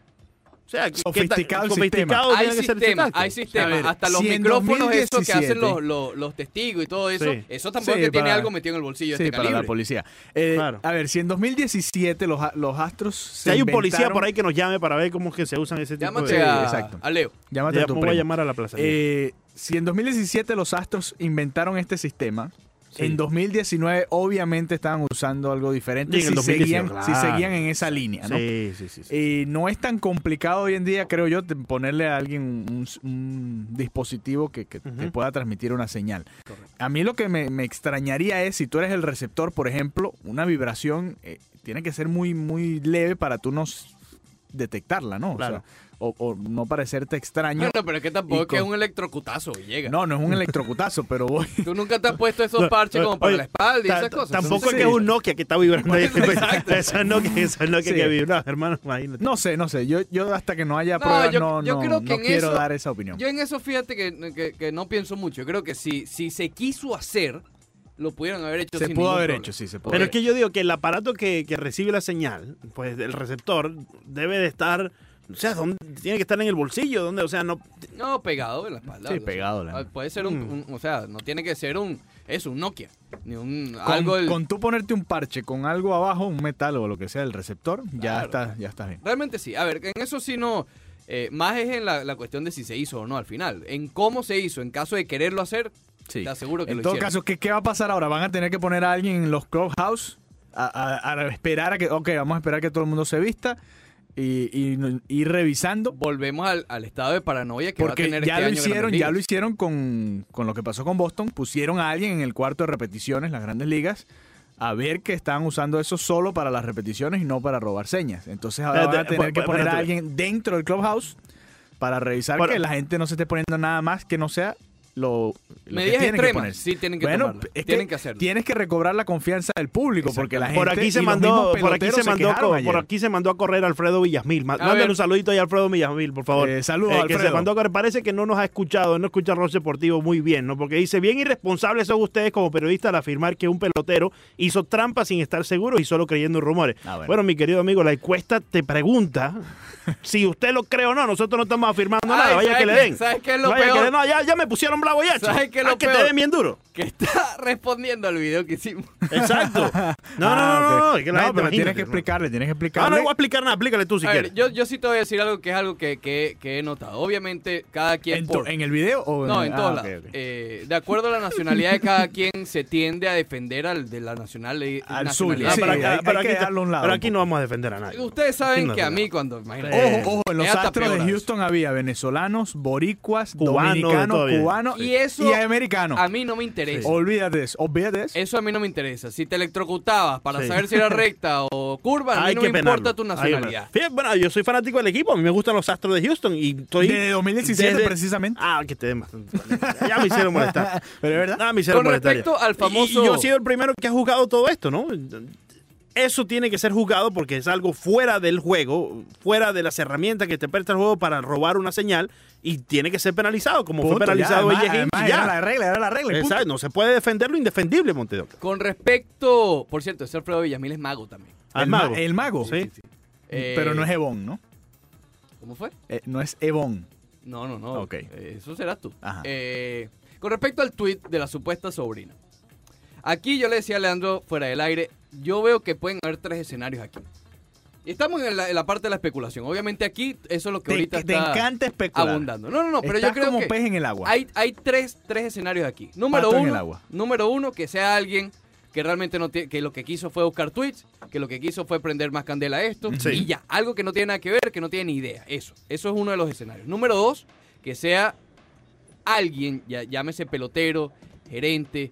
S1: o sea, qué- qué tan
S3: Sofisticado el
S1: sofisticado
S2: Hay
S1: tiene que ser el
S2: sistemas,
S1: contacto?
S2: hay sistemas.
S3: A ver,
S2: Hasta los
S3: si en
S2: micrófonos esos que
S3: 2017
S2: hacen los, los- los testigos y todo eso,
S1: Sí.
S2: eso tampoco
S3: Sí,
S2: es que tiene
S3: para-
S2: algo metido en el bolsillo de
S3: Sí,
S2: este
S3: para la
S2: calibre.
S3: policía. Eh,
S1: Claro.
S3: A ver, si en 2017 los, a- los astros. Se
S1: Si hay un policía
S3: inventaron-
S1: por ahí que nos llame para ver cómo es que se usan ese tipo
S2: Llámate
S1: de...
S3: Sí,
S2: a,
S3: exacto.
S2: a Leo.
S3: Llámate
S1: Ya
S3: a tu
S1: me voy a
S3: primo.
S1: llamar a la plaza.
S3: Eh, si en 2017 los astros inventaron este sistema,
S1: Sí.
S3: en 2019 obviamente estaban usando algo diferente.
S1: Y en
S3: si,
S1: el 2019,
S3: seguían, si
S1: claro.
S3: seguían en esa línea, ¿no?
S1: sí, sí, sí. sí.
S3: Eh, no es tan complicado hoy en día, creo yo, te- ponerle a alguien un, un dispositivo que, que te
S1: Ujú.
S3: pueda transmitir una señal.
S2: Correcto.
S3: A mí lo que me, me extrañaría es si tú eres el receptor, por ejemplo, una vibración eh, tiene que ser muy, muy leve para tú no s- detectarla, ¿no? O sea,
S1: Claro.
S3: O, o no parecerte extraño.
S2: Bueno, pero es que tampoco
S3: Y
S2: es que es
S3: con-
S2: un electrocutazo y llega.
S3: No, no es un electrocutazo, pero voy.
S2: Tú nunca te has puesto esos
S1: No,
S2: parches
S1: no,
S2: como para
S1: oye,
S2: la espalda y
S1: Ta-
S2: esas
S1: ta-
S2: cosas.
S1: Tampoco
S3: Son
S1: es que es un
S3: sencillas.
S1: Nokia que está vibrando ahí.
S2: Exacto.
S1: Eso es Nokia, eso es Nokia
S3: Sí.
S1: que vibra, hermano. Imagínate.
S3: No sé, no sé. Yo, yo hasta que no haya
S2: No,
S3: pruebas
S2: yo-
S3: no,
S2: yo
S3: no-
S2: creo que
S3: no
S2: en
S3: quiero
S2: eso-
S3: dar esa opinión.
S2: Yo en eso fíjate que, que- que no pienso mucho. Yo creo que si, si se quiso hacer, lo pudieron haber hecho
S3: se
S2: sin
S3: pudo
S2: ningún
S3: haber
S2: problema.
S3: hecho, sí, se pudo.
S1: Pero es que yo digo que el aparato que, que recibe la señal, pues el receptor, debe de estar. O sea, ¿dónde- tiene que estar en el bolsillo. donde O sea, no.
S2: No, pegado en la espalda.
S3: Sí,
S2: o sea,
S3: pegado, la-
S2: ah, Puede ser un,
S1: Mm.
S2: un- O sea, no tiene que ser un. Es un Nokia. Ni un.
S3: con,
S2: algo. del-
S3: con tú ponerte un parche con algo abajo, un metal o lo que sea, el receptor, ya
S2: Claro.
S3: estás, ya estás bien.
S2: Realmente sí. A ver, en eso sí no. eh, más es en la, la cuestión de si se hizo o no al final. En cómo se hizo. En caso de quererlo hacer, te aseguro que
S3: En
S2: lo
S3: todo
S2: hicieron.
S3: caso, ¿qué, qué va a pasar ahora? ¿Van a tener que poner a alguien en los clubhouse a, a- a esperar a que, ok, vamos a esperar que todo el mundo se vista y, y no- ir revisando?
S2: Volvemos al, al estado de paranoia que va a
S3: Porque
S2: tener
S3: ya
S2: este año
S3: lo
S2: Grandes
S3: hicieron, ya
S2: Ligas.
S3: lo hicieron con, con lo que pasó con Boston. Pusieron a alguien en el cuarto de repeticiones, las grandes ligas, a ver que estaban usando eso solo para las repeticiones y no para robar señas. Entonces ahora van a
S1: Espérate, eh,
S3: tener que
S1: espérate.
S3: poner a alguien dentro del clubhouse para revisar
S1: Bueno.
S3: que la gente no se esté poniendo nada más que no sea lo, lo que
S2: Medidas
S3: tienen que
S2: extremas.
S3: ponerse.
S2: Sí, tienen que
S3: Bueno,
S2: tomarla.
S3: es
S2: tienen que, hacerlo.
S3: Tienes que recobrar la confianza del público porque la gente
S1: Por aquí,
S3: y
S1: se
S3: los
S1: mandó,
S3: mismos
S1: por, aquí
S3: peloteros
S1: se mandó,
S3: quejaron
S1: co-
S3: ayer.
S1: por aquí se mandó a correr Alfredo Villasmil. Ma-
S2: A
S1: Mándale
S2: ver.
S1: un saludito ahí a Alfredo Villasmil, por favor.
S3: Eh, saludos,
S1: que se
S3: Alfredo.
S1: mandó a correr. Parece que no nos ha escuchado, no escucha Ross Deportivo muy bien, ¿no? Porque dice, bien irresponsables son ustedes como periodistas al afirmar que un pelotero hizo trampa sin estar seguro y solo creyendo en rumores.
S3: Ah, bueno.
S1: bueno. mi querido amigo, la encuesta te pregunta si usted lo cree o no. Nosotros no estamos afirmando
S2: Ay,
S1: nada. Vaya
S2: ¿sabes
S1: que le
S2: qué?
S1: den.
S2: ¿Sabes qué es lo
S1: Vaya que
S2: peor?
S1: le- no, ya, ya me pusieron bravo ya.
S2: ¿Sabes
S1: chico.
S2: qué es lo
S1: Ah, que te
S2: peor?
S1: den bien duro.
S2: que está respondiendo al video que hicimos.
S1: Exacto. No, no,
S3: Ah,
S1: no, no,
S3: ok.
S1: no, es que la gente-
S3: pero tienes
S1: imagínate,
S3: que
S1: hermano.
S3: explicarle, tienes que explicarle.
S1: Ah, no le voy a explicar nada. Explícale
S3: Eh,
S1: tú si
S2: A ver,
S1: quieres.
S2: yo, yo sí te voy a decir algo que es algo que, que- que he notado. Obviamente, cada quien
S3: ¿En, tu-
S2: por...
S3: en el video o
S2: No, en
S3: ah,
S2: todos
S3: ok,
S2: lados.
S3: ok.
S2: Eh, de acuerdo a la nacionalidad de cada quien, se tiende a defender al de la nacional, eh,
S3: Al
S1: Ah,
S3: suyo,
S2: nacionalidad.
S3: sí,
S1: pero,
S3: hay-
S1: acá-
S3: hay
S1: pero
S3: que
S1: aquí,
S3: dejarlo a un lado
S1: pero
S3: un
S1: aquí
S3: poco.
S1: no vamos a defender a nadie.
S2: Ustedes saben
S1: Aquí
S2: que
S1: no
S2: a mí
S1: defendemos.
S2: cuando... imagínate,
S1: Eh,
S3: Ojo, ojo, en los
S2: es hasta
S3: astros de
S2: peor a veces.
S3: Houston había venezolanos, boricuas,
S1: Cubanos, todo
S3: dominicanos,
S1: bien.
S3: cubanos
S2: Y eso-
S3: americanos.
S2: A mí no me interesa.
S3: Olvídate de eso, olvídate de eso.
S2: Eso a mí no me interesa. Si te electrocutabas para
S1: Sí.
S2: saber si era recta o curva, a mí
S1: Hay
S2: no
S1: que
S2: me
S1: penarlo.
S2: importa tu
S1: Hay que
S2: nacionalidad.
S1: penarlo. Fíjate, bueno, yo soy fanático del equipo. A mí me gustan los Astros de Houston. Y estoy
S3: Desde 2017
S1: desde-
S3: precisamente.
S1: Ah, que te den bastante. Ya me hicieron molestar.
S3: Pero es verdad.
S1: Ah, me hicieron
S2: Con
S1: molestar ya.
S2: respecto al
S1: Y-
S2: famoso-
S1: Y yo he sido el primero que ha juzgado todo esto, ¿no? Eso tiene que ser juzgado porque es algo fuera del juego, fuera de las herramientas que te presta el juego para robar una señal y tiene que ser penalizado, como
S3: Punto,
S1: fue penalizado
S3: ya,
S1: Ella
S3: además-
S1: Hinch,
S3: además
S1: ya.
S3: Era la regla, era la regla. y punto.
S1: Exacto, no se puede defender lo indefendible, Montedoc.
S2: Con respecto... Por cierto, ese Alfredo Villamil es mago también.
S1: Al
S3: El ma-
S1: mago.
S3: el mago.
S1: Sí.
S2: Eh,
S3: Pero no es Ebon, ¿no?
S2: ¿Cómo fue?
S3: Eh, no es Ebon.
S2: No, no, no.
S3: Ok.
S2: Eh, Eso serás tú.
S3: Ajá.
S2: Eh, con respecto al tuit de la supuesta sobrina. Aquí yo le decía a Leandro fuera del aire, yo veo que pueden haber tres escenarios aquí. Y Estamos en la, en la parte de la especulación. Obviamente aquí eso es lo que
S3: Te,
S2: ahorita
S3: te
S2: está
S3: encanta especular.
S2: abundando. No, no, no, pero
S3: Estás
S2: yo creo
S3: como
S2: que
S3: pez en el agua.
S2: hay, hay tres, tres escenarios aquí. Número
S3: Pato en
S2: uno,
S3: el agua.
S2: número uno, que sea alguien que realmente no tiene, que lo que quiso fue buscar tweets, que lo que quiso fue prender más candela a esto
S1: Sí.
S2: y ya, algo que no tiene nada que ver, que no tiene ni idea. Eso, eso es uno de los escenarios. Número dos, que sea alguien, ya, llámese pelotero, gerente,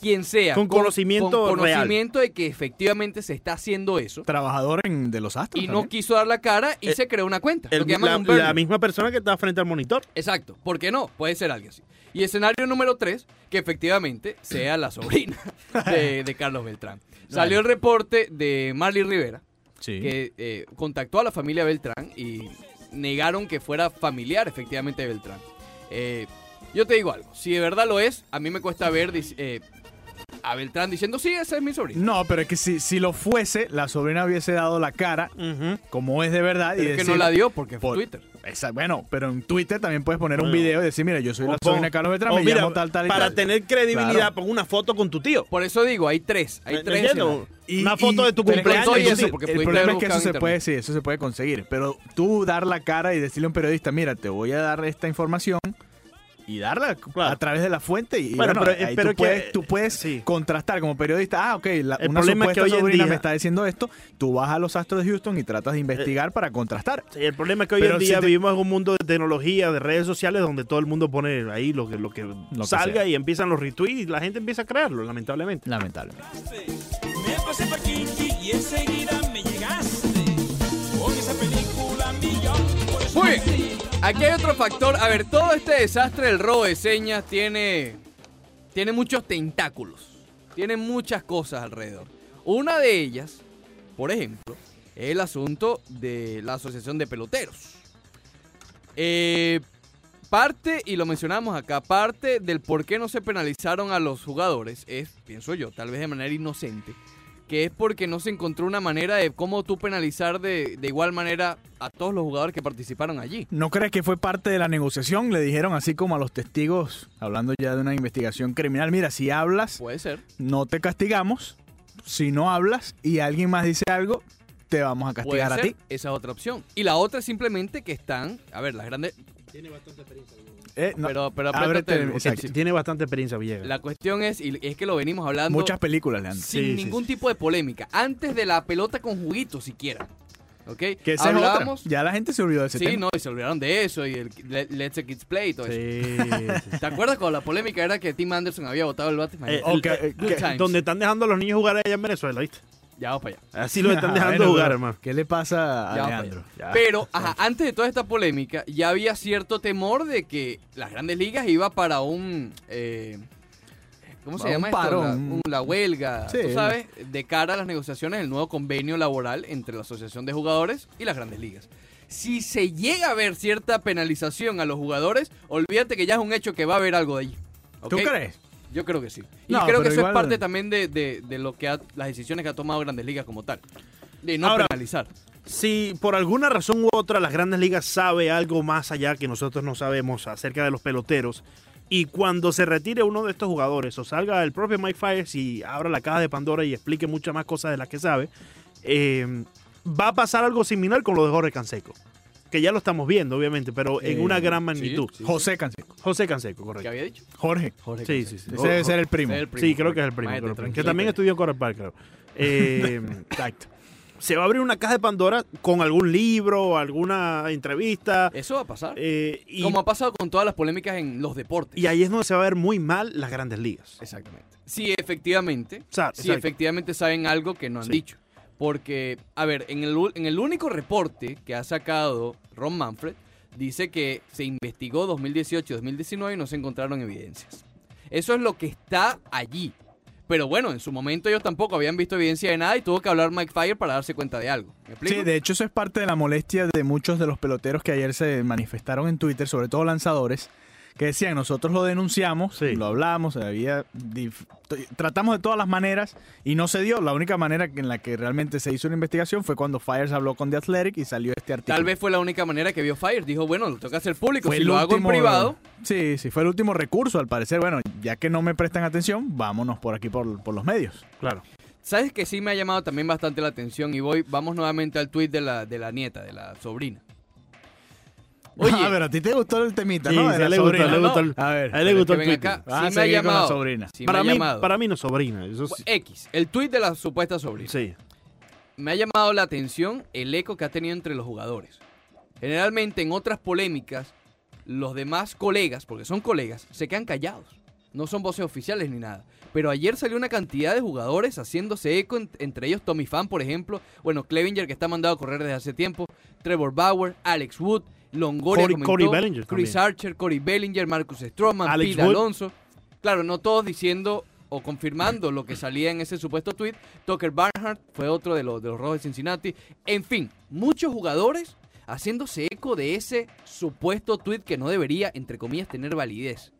S2: quien sea,
S1: Con conocimiento
S2: con
S1: real.
S2: conocimiento de que efectivamente se está haciendo eso
S3: Trabajador en- de los astros.
S2: y no
S3: también.
S2: quiso dar la cara y
S1: Eh,
S2: se creó una cuenta.
S1: El-
S2: lo que llaman
S1: la,
S2: un burner.
S1: la misma persona que está frente al monitor.
S2: Exacto, ¿por qué no? Puede ser alguien así. Y escenario número 3, que efectivamente sea la sobrina de, de Carlos Beltrán. Salió el reporte de Marley Rivera,
S3: Sí.
S2: que eh, contactó a la familia Beltrán y negaron que fuera familiar efectivamente de Beltrán. Eh, yo te digo algo, si de verdad lo es, a mí me cuesta ver dis- eh, a Beltrán diciendo, sí, ese es mi sobrino.
S3: No, pero es que si, si lo fuese, la sobrina hubiese dado la cara
S1: Ujú.
S3: como es de verdad. y
S2: Pero es que
S3: decir-
S2: no la dio porque fue
S3: Por-
S2: Twitter.
S3: Esa- bueno, pero en Twitter también puedes poner un
S1: Bueno.
S3: video y decir, mira, yo soy la
S1: O pon-
S3: sobrina de Carlos Beltrán,
S1: o
S3: me
S1: Oh, mira,
S3: llamo tal, tal y
S1: Para
S3: tal.
S1: tener credibilidad,
S3: Claro.
S1: pon una foto con tu tío.
S2: Por eso digo, hay tres. Hay
S1: ¿Me- me
S2: tres.
S1: entiendes?
S2: escenarios.
S3: Y-
S1: una
S3: y-
S1: foto de tu
S3: pero
S1: cumpleaños.
S2: con todo y
S1: con tu
S2: eso,
S1: tío.
S2: porque
S3: el
S2: pudiste
S3: problema
S2: haber
S3: es que eso
S2: buscado en
S3: se
S2: internet.
S3: puede, sí, eso se puede conseguir. Pero tú dar la cara y decirle a un periodista, mira, te voy a dar esta información y darla a través de la fuente. Y
S1: Bueno,
S3: bueno,
S1: pero- eh,
S3: ahí
S1: pero
S3: tú,
S1: que-
S3: puedes, tú puedes
S1: sí.
S3: contrastar como periodista, ah, ok, la,
S1: El
S3: una
S1: problema es que
S3: supuesta
S1: hoy en
S3: sobrina
S1: día- Eh,
S3: me está diciendo esto, tú vas a los astros de Houston y tratas de investigar para contrastar.
S1: Sí, el problema es que hoy
S3: Pero
S1: en
S3: si
S1: día
S3: te-
S1: vivimos en un mundo de tecnología, de redes sociales, donde todo el mundo pone ahí lo que, lo que
S3: que
S1: salga
S3: sea.
S1: y empiezan los retweets y la gente empieza a creerlo, lamentablemente.
S3: Lamentablemente.
S4: Me pasé por Kinky y enseguida me llegaste. Con esa película millón. Por eso
S2: Muy bien. Aquí hay otro factor. A ver, todo este desastre del robo de señas tiene. Tiene muchos tentáculos. Tiene muchas cosas alrededor. Una de ellas, por ejemplo, es el asunto de la Asociación de Peloteros. Eh, parte, y lo mencionamos acá, parte del por qué no se penalizaron a los jugadores es, pienso yo, tal vez de manera inocente, que es porque no se encontró una manera de cómo tú penalizar de, de igual manera a todos los jugadores que participaron allí.
S3: ¿No crees que fue parte de la negociación? Le dijeron así como a los testigos, hablando ya de una investigación criminal, mira, si hablas,
S2: Puede ser.
S3: no te castigamos. Si no hablas y alguien más dice algo, te vamos a
S2: Puede
S3: castigar a
S2: ser.
S3: ti.
S2: Esa es otra opción. Y la otra es simplemente que están, a ver, las grandes...
S3: Eh, no,
S2: pero pero
S3: ábrete,
S2: apriétate el-
S3: exacto.
S2: el-
S1: Tiene bastante experiencia Villegas.
S2: La cuestión es, y es que lo venimos hablando...
S3: Muchas películas, Leandro.
S2: sin
S1: Sí, sí,
S2: ningún
S1: sí.
S2: tipo de polémica. Antes de la pelota con juguito, siquiera. ¿Ok?
S3: Que esa es otra.
S2: Hablábamos.
S3: Ya la gente se olvidó de ese
S2: Sí,
S3: tema.
S2: no, y se olvidaron de eso, y el Let- Let's the Kids Play y todo eso.
S1: Sí, sí, sí.
S2: ¿Te acuerdas cuando la polémica era que Tim Anderson había votado el bate?
S1: Eh,
S2: Imagínate.
S3: Ok,
S1: eh,
S2: Good
S1: que-
S2: times.
S1: donde están dejando a los niños jugar allá en Venezuela, ¿viste?
S2: Ya vamos para allá.
S1: Así lo están
S3: Ah,
S1: dejando
S3: bueno,
S1: jugar,
S3: pero,
S1: hermano.
S3: ¿Qué le pasa a
S2: Ya,
S3: Ah,
S2: pues.
S3: Leandro? Ya.
S2: Pero, ajá, antes de toda esta polémica, ya había cierto temor de que las grandes ligas iba para un. eh, ¿Cómo se
S3: Un
S2: llama
S3: parón,
S2: esto? La,
S3: un-
S2: un- la huelga,
S3: Sí,
S2: tú sabes, de cara a las negociaciones del nuevo convenio laboral entre la Asociación de Jugadores y las grandes ligas. Si se llega a ver cierta penalización a los jugadores, olvídate que ya es un hecho que va a haber algo de allí.
S3: ¿Tú
S2: ¿ok?
S3: crees?
S2: Yo creo que sí. Y
S3: No,
S2: creo que eso
S3: pero
S2: es
S3: igual-
S2: parte también de, de- de lo que ha- las decisiones que ha tomado Grandes Ligas como tal. De no
S1: Ahora-
S2: penalizar.
S1: Si por alguna razón u otra las grandes ligas sabe algo más allá que nosotros no sabemos acerca de los peloteros, y cuando se retire uno de estos jugadores o salga el propio Mike Fires y abra la caja de Pandora y explique muchas más cosas de las que sabe, eh, va a pasar algo similar con lo de Jorge Canseco. Que ya lo estamos viendo, obviamente, pero en
S3: Eh,
S1: una gran magnitud.
S2: sí.
S3: José Canseco.
S1: José Canseco,
S2: ¿Qué
S1: correcto.
S2: había dicho?
S3: Jorge.
S2: Jorge
S1: Sí, sí, sí.
S3: Ese debe ser el primo.
S2: Este el primo.
S1: Sí, creo que es el primo.
S2: Maete,
S1: creo que- que
S2: tranquilo.
S1: también estudió en Coral Park, creo. Eh,
S3: Exacto.
S1: se va a abrir una caja de Pandora con algún libro, alguna entrevista.
S2: Eso va a pasar.
S1: eh, y,
S2: como ha pasado con todas las polémicas en los deportes.
S1: y ahí es donde se va a ver muy mal las grandes ligas.
S2: Exactamente. Sí, efectivamente.
S1: O sea,
S2: Si
S1: exacto.
S2: efectivamente saben algo que no han
S1: Sí.
S2: dicho. Porque, a ver, en el, u- en el único reporte que ha sacado Ron Manfred, dice que se investigó 2018 y 2019 y no se encontraron evidencias. Eso es lo que está allí. Pero bueno, en su momento ellos tampoco habían visto evidencia de nada y tuvo que hablar Mike Fire para darse cuenta de algo. ¿Me explico?
S3: Sí, de hecho eso es parte de la molestia de muchos de los peloteros que ayer se manifestaron en Twitter, sobre todo lanzadores, que decían, nosotros lo denunciamos,
S1: Sí.
S3: lo hablamos, había dif- t- tratamos de todas las maneras y no se dio. La única manera en la que realmente se hizo una investigación fue cuando Fires habló con The Athletic y salió este artículo.
S2: Tal vez fue la única manera que vio Fire. Dijo, bueno, lo toca hacer público.
S3: Fue
S2: si
S3: el
S2: lo hago en
S3: último-
S2: privado,
S3: Sí, sí, fue el último recurso al parecer. Bueno, ya que no me prestan atención, vámonos por aquí por, por los medios.
S1: Claro.
S2: ¿Sabes que sí me ha llamado también bastante la atención? Y voy, vamos nuevamente al tuit de la, de la nieta, de la sobrina. Oye,
S3: a ver, a ti te gustó el temita,
S1: Sí, sí,
S3: ¿no? De
S1: a
S3: la
S1: él le gustó, a
S3: sobrina.
S1: él le gustó el-
S3: A ver,
S1: a él
S2: pero
S1: le
S2: es
S1: gustó
S2: que
S1: el Ah,
S2: ven
S1: Twitter.
S2: acá,
S3: Vas a
S2: sí me ha
S3: seguir con la
S2: llamado.
S3: sobrina.
S2: sí me
S1: para,
S2: ha
S1: mí,
S2: llamado.
S1: para mí no sobrina. Eso sí.
S2: X, el tuit de la supuesta sobrina.
S1: Sí.
S2: Me ha llamado la atención el eco que ha tenido entre los jugadores. Generalmente en otras polémicas, los demás colegas, porque son colegas, se quedan callados. No son voces oficiales ni nada. Pero ayer salió una cantidad de jugadores haciéndose eco, en- entre ellos Tommy Fan, por ejemplo. Bueno, Clevinger, que está mandado a correr desde hace tiempo. Trevor Bauer, Alex Wood, Longoria,
S1: Corey-
S2: comentó,
S1: Corey Bellinger
S2: Chris
S1: también.
S2: Archer, Corey Bellinger, Marcus Stroman,
S1: Alex
S2: Pete
S1: Wood.
S2: Alonso. Claro, no todos diciendo o confirmando lo que salía en ese supuesto tweet. Tucker Barnhart fue otro de los, de los Rojos de Cincinnati. En fin, muchos jugadores haciéndose eco de ese supuesto tweet que no debería, entre comillas, tener validez.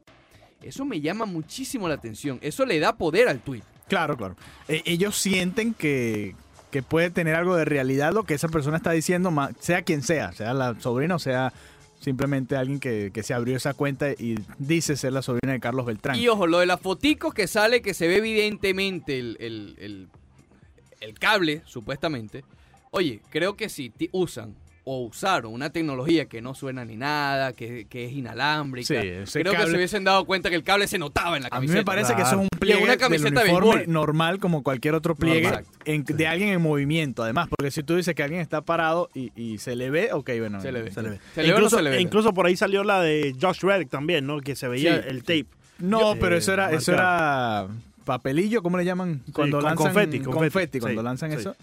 S2: Eso me llama muchísimo la atención. Eso le da poder al tweet.
S3: Claro, claro. E- ellos sienten que, que puede tener algo de realidad lo que esa persona está diciendo, ma- sea quien sea, sea la sobrina o sea simplemente alguien que, que se abrió esa cuenta y dice ser la sobrina de Carlos Beltrán.
S2: Y ojo, lo de las foticos que sale, que se ve evidentemente el, el- el- el cable, supuestamente. Oye, creo que si ti- usan o usaron una tecnología que no suena ni nada, que, que es inalámbrica,
S3: Sí, ese
S2: creo que se
S3: cable-
S2: hubiesen dado cuenta que el cable se notaba en la
S3: a mí
S2: camiseta.
S3: me parece que eso es Claro.
S2: un
S3: un pliegue
S2: una
S3: del
S2: camiseta de
S3: uniforme
S2: béisbol.
S3: normal como cualquier otro pliegue
S2: Exacto.
S3: en- de alguien en movimiento, además, porque si tú dices que alguien está parado y, y se le ve, ok, bueno,
S2: Se le ve.
S1: Se le ve.
S2: ¿Se le ve o no
S1: incluso,
S2: se le ve?
S1: incluso por ahí salió la de Josh Reddick también, ¿no? Que se veía
S2: Sí,
S1: el tape.
S3: No,
S1: Eh,
S3: pero eso era, eso era papelillo, ¿cómo le llaman? Cuando
S1: con
S3: lanzan
S1: confeti, confeti.
S3: cuando
S1: Sí,
S3: lanzan
S1: sí.
S3: eso.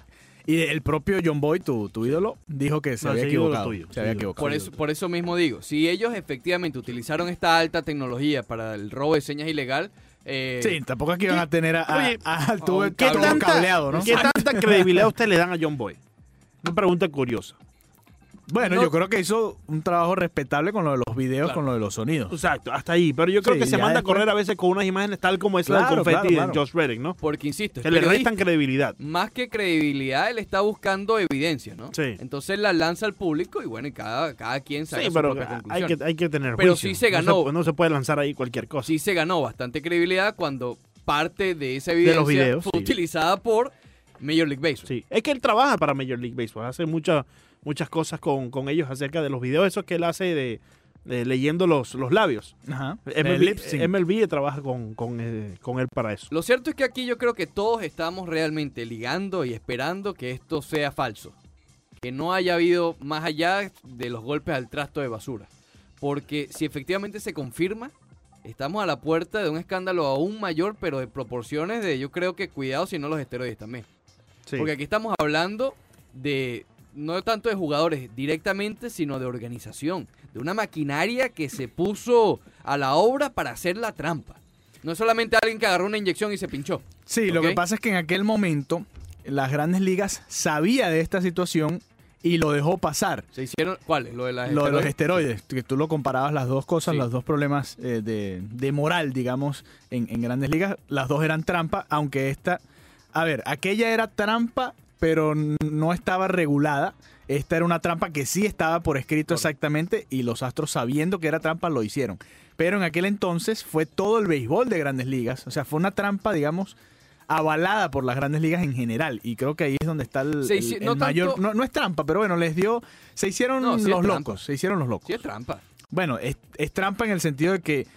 S3: Y el propio John Boy, tu, tu ídolo, dijo que se
S1: No,
S3: había
S1: ese ídolo
S3: equivocado.
S1: tuyo,
S3: se
S1: ese
S3: había
S1: ídolo.
S3: equivocado.
S2: Por eso, por eso mismo digo, si ellos efectivamente utilizaron esta alta tecnología para el robo de señas ilegal, eh,
S3: Sí, tampoco es que iban a tener a, a,
S1: Oye,
S3: a- al tubo
S2: a un
S1: ¿Qué
S2: Cable
S1: tanta,
S3: cableado, ¿no?
S1: ¿Qué tanta credibilidad ustedes le dan a John Boy? Una pregunta curiosa.
S3: Bueno,
S2: No-
S3: yo creo que hizo un trabajo respetable con lo de los videos,
S2: Claro.
S3: con lo de los sonidos.
S1: Exacto, hasta ahí. Pero yo creo
S3: Sí,
S1: que se
S3: ya
S1: manda a
S3: después-
S1: correr a veces con unas imágenes tal como esa
S3: Claro,
S1: del confetti
S3: claro,
S1: de
S3: claro.
S1: Josh Reddick, ¿no?
S2: porque insisto, es
S1: Que le
S2: periodista.
S1: restan credibilidad.
S2: más que credibilidad, él está buscando evidencia, ¿no?
S1: Sí.
S2: Entonces la lanza al público y bueno, y cada, cada quien saca
S1: Sí,
S2: su
S1: pero
S2: propia
S1: hay
S2: conclusión.
S1: que, hay que tener
S2: Pero
S1: juicio.
S2: sí se
S1: No
S2: ganó.
S1: No se, puede lanzar ahí cualquier cosa.
S2: Sí se ganó bastante credibilidad cuando parte de esa
S1: los
S2: evidencia
S1: videos,
S2: fue
S1: sí.
S2: utilizada por Major League Baseball.
S1: Sí. Es que él trabaja para Major League Baseball. Hace muchas muchas cosas con, con ellos acerca de los videos esos que él hace de, de leyendo los, los labios.
S3: Ajá. El lip sync.
S1: MLB, MLB trabaja con, con, eh, con él para eso.
S2: Lo cierto es que aquí yo creo que todos estamos realmente ligando y esperando que esto sea falso. Que no haya habido más allá de los golpes al trasto de basura. Porque si efectivamente se confirma, estamos a la puerta de un escándalo aún mayor, pero de proporciones de yo creo que cuidado si no los esteroides también.
S1: Sí.
S2: Porque aquí estamos hablando de no tanto de jugadores directamente, sino de organización, de una maquinaria que se puso a la obra para hacer la trampa. No es solamente alguien que agarró una inyección y se pinchó.
S3: Sí, lo
S2: ¿Ok?
S3: que pasa es que en aquel momento las grandes ligas sabía de esta situación y lo dejó pasar.
S2: Se hicieron, ¿cuál? es? Lo de las
S3: Lo de los
S2: esteroides.
S3: esteroides, que tú lo comparabas las dos cosas,
S2: Sí.
S3: los dos problemas eh, de, de moral, digamos, en, en grandes ligas, las dos eran trampa, aunque esta, a ver, aquella era trampa, pero n- no estaba regulada, esta era una trampa que sí estaba por escrito exactamente y los Astros sabiendo que era trampa lo hicieron. Pero en aquel entonces fue todo el béisbol de grandes ligas, o sea, fue una trampa, digamos, avalada por las grandes ligas en general y creo que ahí es donde está el,
S2: Se
S3: el-
S2: hici-
S3: el
S2: no
S3: mayor
S2: tanto-
S3: no, no es trampa pero bueno les dio se hicieron
S2: No, sí es
S3: los
S2: trampa.
S3: locos se hicieron los locos
S2: Sí, es trampa.
S3: bueno, es, es trampa en el sentido de que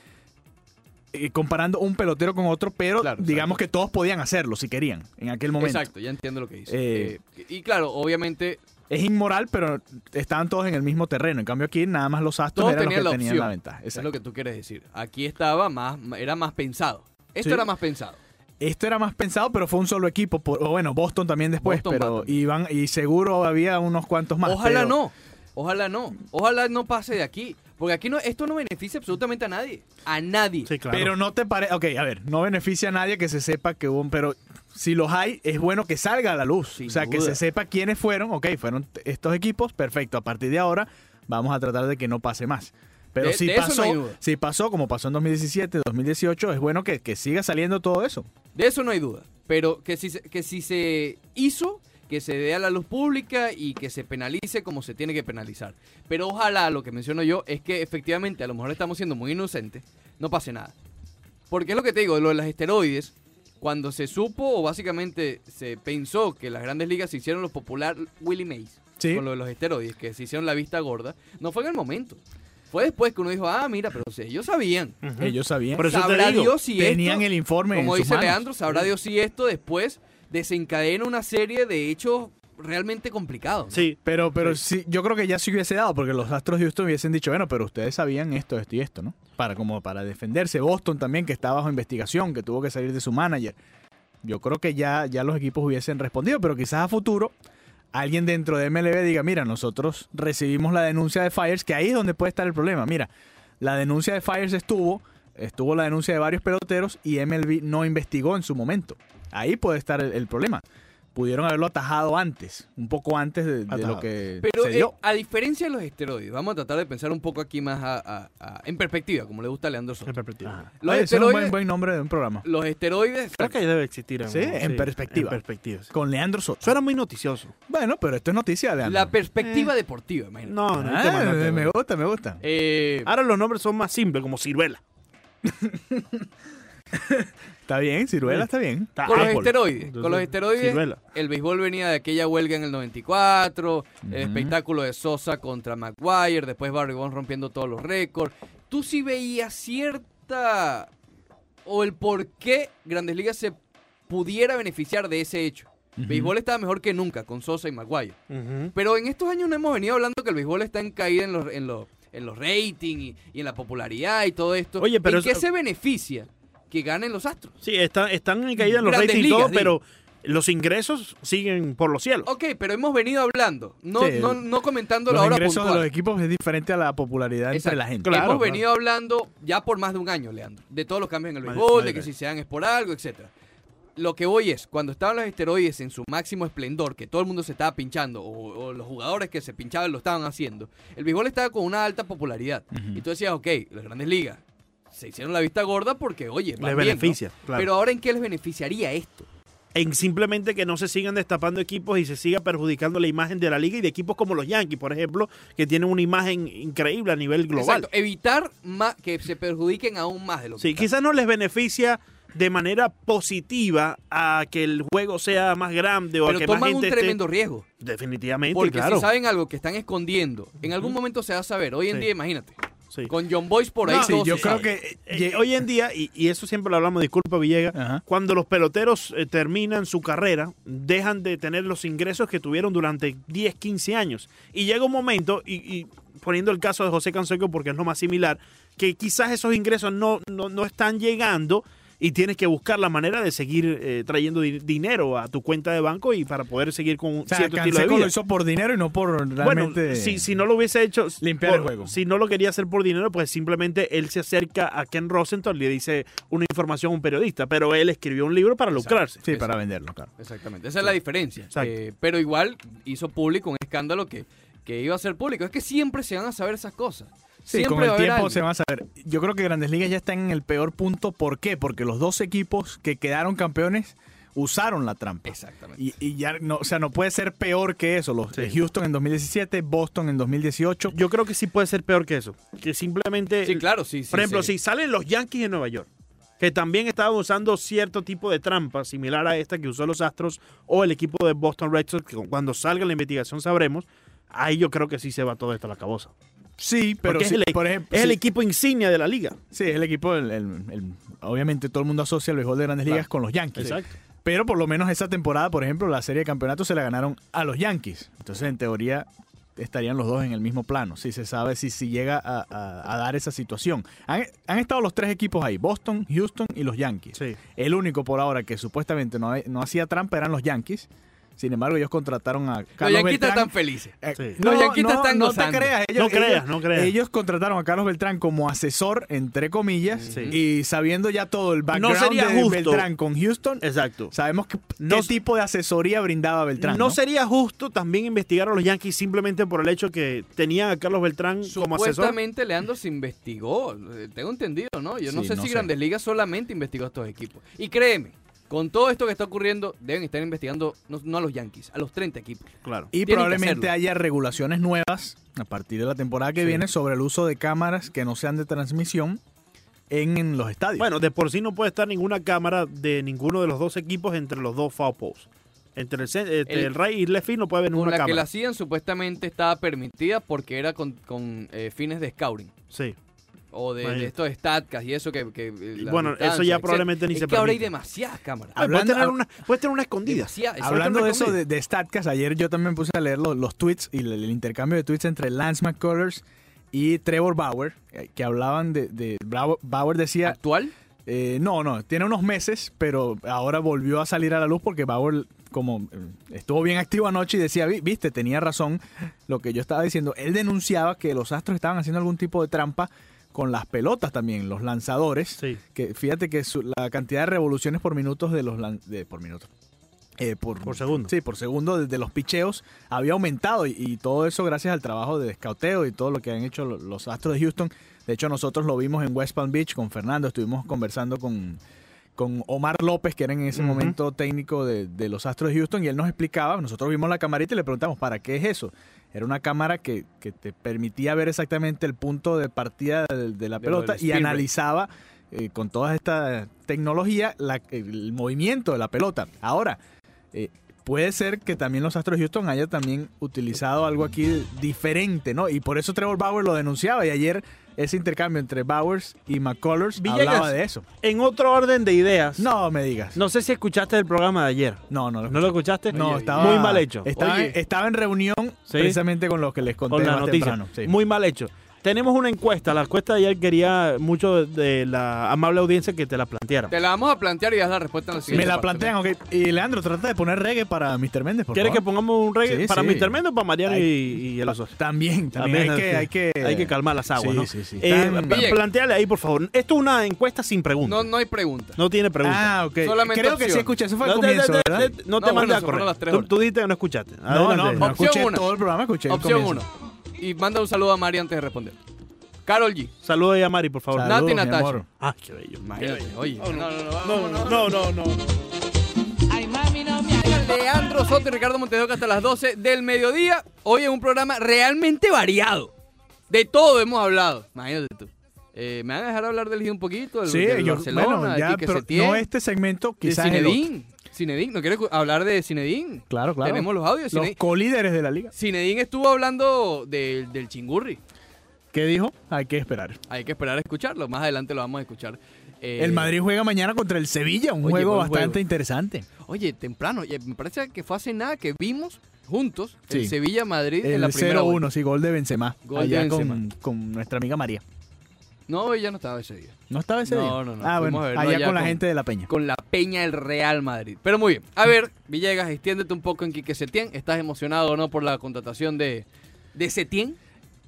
S3: eh, comparando un pelotero con otro, pero
S2: Claro,
S3: digamos
S2: exacto.
S3: que todos podían hacerlo si querían en aquel momento.
S2: Exacto, ya entiendo lo que dice.
S3: Eh,
S2: Eh, y claro, obviamente
S3: Es inmoral, pero estaban todos en el mismo terreno. En cambio aquí nada más los astros
S2: todos
S3: eran los que
S2: tenían la
S3: tenían
S2: opción.
S3: la ventaja.
S2: es
S3: Exacto.
S2: lo que tú quieres decir. Aquí estaba más, era más pensado. Esto
S3: Sí.
S2: era más pensado.
S3: Esto era más pensado, pero fue un solo equipo. por- o bueno, Boston también después,
S2: Boston
S3: pero
S2: va también.
S3: iban y seguro había unos cuantos más.
S2: Ojalá
S3: pero-
S2: no. Ojalá no. Ojalá no pase de aquí. Porque aquí no, esto no beneficia absolutamente a nadie. A nadie.
S1: Sí, claro.
S3: Pero no te parece. Ok, a ver, no beneficia a nadie que se sepa que hubo un. Pero si los hay, es bueno que salga a la luz.
S2: Sin
S3: o sea, que
S2: duda.
S3: se sepa quiénes fueron. Ok, fueron t- estos equipos. Perfecto. A partir de ahora, vamos a tratar de que no pase más. Pero
S2: De-
S3: si
S2: de eso no
S3: pasó,
S2: hay duda.
S3: si pasó, como pasó en 2017, 2018, es bueno que, que siga saliendo todo eso.
S2: De eso no hay duda. Pero que si, se- que si se hizo, que se dé a la luz pública y que se penalice como se tiene que penalizar. Pero ojalá, lo que menciono yo, es que efectivamente, a lo mejor estamos siendo muy inocentes, no pase nada. Porque es lo que te digo, lo de las esteroides, cuando se supo o básicamente se pensó que las grandes ligas se hicieron los popular Willie Mays
S3: Sí.
S2: con lo de los esteroides, que se hicieron la vista gorda, no fue en el momento. Fue después que uno dijo, ah, mira, pero si ellos sabían.
S1: Ujú.
S3: Ellos sabían.
S1: Por eso te
S2: Sabrá
S1: digo,
S2: Dios si
S3: tenían
S2: esto-
S3: el informe. en
S2: como
S3: sus
S2: dice
S3: manos.
S2: Leandro, sabrá Dios si esto después desencadena una serie de hechos realmente complicados. ¿no?
S1: Sí,
S3: Pero, pero sí. yo creo que ya se hubiese dado, porque los Astros de Houston hubiesen dicho, bueno, pero ustedes sabían esto, esto y esto, ¿no? Para como para defenderse. Boston también, que está bajo investigación, que tuvo que salir de su manager. Yo creo que ya, ya los equipos hubiesen respondido, pero quizás a futuro alguien dentro de MLB diga, mira, nosotros recibimos la denuncia de Fires, que ahí es donde puede estar el problema. Mira, la denuncia de Fires estuvo, estuvo la denuncia de varios peloteros y MLB no investigó en su momento. Ahí puede estar el, el problema. pudieron haberlo atajado antes, un poco antes de, de
S1: Atajado.
S3: lo que
S2: Pero
S3: se
S2: eh,
S3: dio.
S2: a diferencia de los esteroides, vamos a tratar de pensar un poco aquí más a- a- a- en perspectiva, como le gusta a Leandro Soto.
S1: En perspectiva.
S2: Los
S3: Oye, ese es un buen,
S2: esteroides-
S3: buen nombre de un programa.
S2: Los esteroides.
S1: Creo que debe existir.
S3: Sí, en perspectiva.
S1: En perspectiva. sí.
S3: Con Leandro Soto.
S1: Eso era muy noticioso.
S3: Bueno, pero esto es noticia, Leandro. Eh,
S2: La perspectiva deportiva, imagínate.
S1: No, no. hay que
S3: Ah,
S1: mandarte,
S3: me
S1: güey.
S3: gusta, me gusta. Ah,
S2: Eh,
S1: Ahora los nombres son más simples, como ciruela.
S3: Está bien,
S2: eh,
S3: Ciruela está bien.
S1: Está
S2: con los
S1: Ah, Apple.
S2: esteroides.
S1: Entonces,
S2: Con los esteroides.
S1: Ciruela.
S2: El béisbol venía de aquella huelga en el 94, el espectáculo de Sosa contra Maguire, después Barry Bonds rompiendo todos los récords. ¿Tú sí veías cierta o el por qué Grandes Ligas se pudiera beneficiar de ese hecho? Béisbol estaba mejor que nunca con Sosa y Maguire.
S1: Ujú.
S2: Pero en estos años no hemos venido hablando que el béisbol está en caída en los, en los, en los ratings y, y en la popularidad y todo esto.
S1: Oye, pero
S2: ¿En qué
S1: eso-
S2: se beneficia que ganen los Astros?
S1: Sí, está- están en caída en los
S2: Grandes
S1: ratings y todo,
S2: ligas,
S1: pero los ingresos siguen por los cielos.
S2: Ok, pero hemos venido hablando, no,
S3: Sí,
S2: no, no comentando la
S3: Los
S2: hora
S3: ingresos
S2: puntual.
S3: de los equipos es diferente a la popularidad
S2: Exacto.
S3: entre la gente.
S1: Claro,
S2: hemos
S1: claro.
S2: venido hablando ya por más de un año, Leandro, de todos los cambios en el
S1: Mal-
S2: béisbol, de
S1: mal-
S2: que si se dan es por algo, etcétera. Lo que voy es, cuando estaban los esteroides en su máximo esplendor, que todo el mundo se estaba pinchando, o, o los jugadores que se pinchaban lo estaban haciendo, el béisbol estaba con una alta popularidad. Y tú decías, ok, las grandes ligas se hicieron la vista gorda porque, oye, van
S1: Les
S2: bien, ¿no?
S1: beneficia, claro.
S2: Pero ahora, ¿en qué les beneficiaría esto?
S1: En simplemente que no se sigan destapando equipos y se siga perjudicando la imagen de la liga y de equipos como los Yankees, por ejemplo, que tienen una imagen increíble a nivel global.
S2: Exacto, evitar ma- que se perjudiquen aún más de lo que
S1: Sí,
S2: están.
S1: quizás no les beneficia de manera positiva a que el juego sea más grande o a
S2: Pero
S1: que más
S2: toman un
S1: gente esté-
S2: tremendo riesgo.
S1: Definitivamente,
S2: Porque
S1: claro.
S2: si saben algo que están escondiendo, en algún momento se va a saber. Hoy en
S1: Sí.
S2: día, imagínate.
S1: Sí.
S2: Con John Boyce por ahí.
S1: No,
S3: Sí,
S2: todo
S3: yo
S2: se
S3: creo
S2: sabe.
S3: que
S1: Eh,
S3: ye-
S1: hoy en día, y, y eso siempre lo hablamos, disculpa Villegas,
S3: Ajá.
S1: cuando los peloteros eh, terminan su carrera, dejan de tener los ingresos que tuvieron durante 10, 15 años. Y llega un momento, y, y poniendo el caso de José Canseco porque es lo más similar, que quizás esos ingresos no, no, no están llegando y tienes que buscar la manera de seguir eh, trayendo di- dinero a tu cuenta de banco y para poder seguir con un
S3: o sea,
S1: cierto estilo de
S3: Canseco
S1: vida.
S3: lo hizo por dinero y no por
S1: Bueno,
S3: realmente...
S1: si, si no lo hubiese hecho,
S3: limpiar
S1: por-
S3: el juego.
S1: Si no lo quería hacer por dinero, pues simplemente él se acerca a Ken Rosenthal y le dice una información a un periodista, pero él escribió un libro para lucrarse.
S3: Sí, para venderlo, claro.
S2: Exactamente. Esa es la diferencia.
S1: Exacto.
S2: Eh, pero igual hizo público un escándalo que, que iba a ser público. Es que siempre se van a saber esas cosas.
S3: Sí,
S2: siempre
S3: con el
S2: va a haber
S3: tiempo
S2: algo.
S3: se va a saber. Yo creo que Grandes Ligas ya están en el peor punto. ¿Por qué? Porque los dos equipos que quedaron campeones usaron la trampa.
S2: Exactamente.
S3: Y, y ya no, o sea, no puede ser peor que eso. Los
S1: Sí.
S3: Houston en 2017, Boston en 2018.
S1: Yo creo que sí puede ser peor que eso. Que simplemente.
S3: eh,
S2: Sí, claro, sí. sí,
S1: por ejemplo,
S2: sí.
S1: si salen los Yankees de Nueva York, que también estaban usando cierto tipo de trampa similar a esta que usó los Astros o el equipo de Boston Red Sox, que cuando salga la investigación sabremos. Ahí yo creo que sí se va todo esto a la caboza.
S3: Sí, pero
S1: Porque es
S3: sí,
S1: el- e
S3: por ejemplo,
S1: Es el
S3: sí.
S1: equipo insignia de la liga.
S3: Sí, es el equipo. el- el- el- obviamente todo el mundo asocia el béisbol de Grandes Ligas
S1: Claro.
S3: con los Yankees.
S1: Exacto.
S3: Pero por lo menos esa temporada, por ejemplo, la serie de campeonatos se la ganaron a los Yankees. Entonces, en teoría, estarían los dos en el mismo plano. Si se sabe si, si llega a, a- a dar esa situación. Han, han estado los tres equipos ahí: Boston, Houston y los Yankees.
S1: Sí.
S3: El único por ahora que supuestamente no, no hacía trampa eran los Yankees. Sin embargo, ellos contrataron a
S2: Los
S3: Carlos
S2: yanquitas
S3: Beltrán.
S2: están felices.
S3: Eh,
S1: Sí.
S3: No,
S2: Los yanquitas
S3: no,
S2: están
S3: no te
S2: gozando.
S3: creas. Ellos,
S1: No creas,
S3: ellos-
S1: no creas.
S3: Ellos contrataron a Carlos Beltrán como asesor, entre comillas,
S1: Sí.
S3: y sabiendo ya todo el background
S1: sería
S3: de
S1: justo.
S3: Beltrán con Houston,
S1: Exacto.
S3: sabemos que,
S1: No
S3: qué
S1: s-
S3: tipo de asesoría brindaba Beltrán.
S1: no,
S3: No,
S1: sería justo también investigar a los Yankees simplemente por el hecho que tenían a Carlos Beltrán como asesor.
S2: Supuestamente Leandro se investigó, eh, tengo entendido, ¿no? Yo no
S3: Sí,
S2: sé
S3: no
S2: si
S3: sé.
S2: Grandes Ligas solamente investigó a estos equipos. Y créeme, con todo esto que está ocurriendo, deben estar investigando no, no a los Yankees, a los 30 equipos.
S1: Claro.
S3: Y
S2: tienen que
S3: probablemente
S2: hacerlo.
S3: haya regulaciones nuevas a partir de la temporada que
S1: Sí.
S3: viene sobre el uso de cámaras que no sean de transmisión en, en los estadios.
S1: Bueno, de por sí no puede estar ninguna cámara de ninguno de los dos equipos entre los dos foul poles. Entre el, cen- entre
S2: El-
S1: el Ray y left field no puede haber
S2: Con
S1: ninguna
S2: la que la
S1: cámara.
S2: hacían supuestamente estaba permitida porque era con, con, eh, fines de scouting.
S1: Sí.
S2: O de, de
S1: Imagínate.
S2: estos statcast y eso que... que, eh, la
S1: Bueno, eso ya
S2: distancia,
S1: probablemente ni
S2: Es
S1: se
S2: que ahora hay
S1: permite.
S2: demasiadas cámaras.
S1: Ah, puedes,
S3: Hablando-
S1: tener
S3: hab-
S1: una, puedes tener una escondida.
S2: Demasiadas.
S3: Hablando de eso
S2: exactamente.
S3: de, de StatCast, ayer yo también puse a leer lo- los tweets y el, el intercambio de tweets entre Lance McCullers y Trevor Bauer, eh, que hablaban de... de- Bravo- Bauer decía,
S2: ¿Actual?
S3: eh, no, no, tiene unos meses, pero ahora volvió a salir a la luz porque Bauer como eh, estuvo bien activo anoche y decía, "Vi- viste, tenía razón lo que yo estaba diciendo. Él denunciaba que los Astros estaban haciendo algún tipo de trampa con las pelotas también, los lanzadores
S1: Sí.
S3: que fíjate que su- la cantidad de revoluciones por minutos de los lan- de, por minutos eh, por,
S1: Por segundo.
S3: Sí, por segundo de, de los picheos había aumentado y, y todo eso gracias al trabajo de escauteo y todo lo que han hecho lo- los Astros de Houston. De hecho, nosotros lo vimos en West Palm Beach con Fernando, estuvimos conversando con, con Omar López, que era en ese
S1: Ujú.
S3: momento técnico de, de los Astros de Houston, y él nos explicaba, nosotros vimos la camarita y le preguntamos, ¿para qué es eso? Era una cámara que, que te permitía ver exactamente el punto de partida de, de la
S2: De lo
S3: pelota
S2: del
S3: y
S2: speed rate.
S3: analizaba eh, con toda esta tecnología la- el movimiento de la pelota. Ahora, eh, puede ser que también los Astros de Houston haya también utilizado algo aquí diferente, ¿no? Y por eso Trevor Bauer lo denunciaba y ayer ese intercambio entre Bowers y McCullers
S1: Villegas.
S3: hablaba de eso.
S1: En otro orden de ideas.
S3: No me digas.
S1: No sé si escuchaste el programa de ayer.
S3: No, no lo
S1: ¿No lo escuchaste?
S3: No, estaba
S1: Muy mal hecho.
S3: Estaba,
S2: Oye.
S3: estaba en reunión
S1: Sí.
S3: precisamente con los que les conté
S1: con la
S3: más
S1: noticia.
S3: temprano. Sí.
S1: Muy mal hecho. Tenemos una encuesta. La encuesta de ayer quería mucho de la amable audiencia que te la plantearan.
S2: Te la vamos a plantear y das la respuesta en la siguiente.
S3: Me la
S2: parte.
S3: plantean, ok. Y Leandro, trata de poner reggae para Mr. Méndez, por
S1: ¿Quieres que
S3: favor.
S1: pongamos un reggae
S3: Sí,
S1: para
S3: sí.
S1: Mr. Mendo, para Mariano y,
S3: Ay,
S1: y el
S3: Pa-
S1: oso? ah,
S3: También, también, hay, que, hay, que,
S1: hay que calmar las aguas,
S3: Sí,
S1: ¿no?
S3: sí, sí.
S1: Eh,
S3: Tan-
S1: pa-
S2: Bien.
S1: planteale ahí, por favor. Esto es una encuesta sin pregunta.
S2: No,
S1: No,
S2: no hay pregunta.
S1: tiene pregunta.
S3: Ah, ok.
S2: Solamente
S3: Creo que
S2: opción.
S3: sí escuché, eso fue al
S1: no te,
S3: comienzo,
S1: te- te-
S3: ¿verdad?
S1: te- no te mandé
S2: No, bueno,
S1: a
S2: se fueron
S1: correr.
S2: las tres
S1: Tú,
S2: horas.
S1: tú dijiste que no escuchaste.
S3: No, no,
S1: Adelante.
S3: no
S2: Opción
S3: escuché
S2: una.
S3: todo el programa, escuché el
S2: Opción
S3: comienzo.
S2: 1. Y manda un saludo a Mari antes de responder. Carol G.
S1: Saluda ahí a Mari, por favor.
S2: Nati
S3: Saludos, mi
S2: Natasha.
S3: amor.
S1: Ah, qué bello.
S2: Imagínate, oye. No, no, no.
S1: No, no, no, no.
S5: Ay, mami, no me hagas
S2: Leandro Soto y Ricardo Montedoca hasta las 12 del mediodía. Hoy en un programa realmente variado. De todo hemos hablado. Imagínate tú. Eh, ¿Me van a dejar hablar del Gio un poquito? Del,
S3: Sí,
S2: del
S3: yo,
S2: Barcelona,
S3: bueno,
S2: de
S3: ya,
S2: Quique
S3: pero
S2: Setién,
S3: no este segmento,
S2: de
S3: quizás el otro.
S2: Zinedine. Zinedine. ¿No quieres cu- hablar de Zinedine?
S3: Claro, claro.
S2: Tenemos los audios de
S3: Los
S2: Zinedine.
S3: colíderes de la liga.
S2: Zinedine estuvo hablando del- del chingurri.
S3: ¿Qué dijo? Hay que esperar.
S2: Hay que esperar a escucharlo. Más adelante lo vamos a escuchar. Eh,
S3: El Madrid juega mañana contra el Sevilla, un
S2: Oye,
S3: juego
S2: buen
S3: bastante
S2: juego.
S3: interesante.
S2: Oye, temprano. y Me parece que fue hace nada que vimos juntos el
S3: Sí.
S2: Sevilla-Madrid en
S3: El
S2: la primera. vuelta.
S3: 0-1, sí, gol de Benzema.
S2: Gol
S3: allá
S2: de
S3: con,
S2: Benzema.
S3: con nuestra amiga María.
S2: No, ella no estaba ese día.
S3: ¿No estaba ese
S2: No,
S3: día?
S2: no, no,
S3: Ah,
S2: fuimos
S3: bueno,
S2: a verlo
S3: allá
S2: allá
S3: con la
S2: con-
S3: gente de La Peña.
S2: Con la peña del Real Madrid. Pero muy bien. A ver, Villegas, extiéndete un poco en Quique Setién. ¿Estás emocionado o no por la contratación de, de Setién?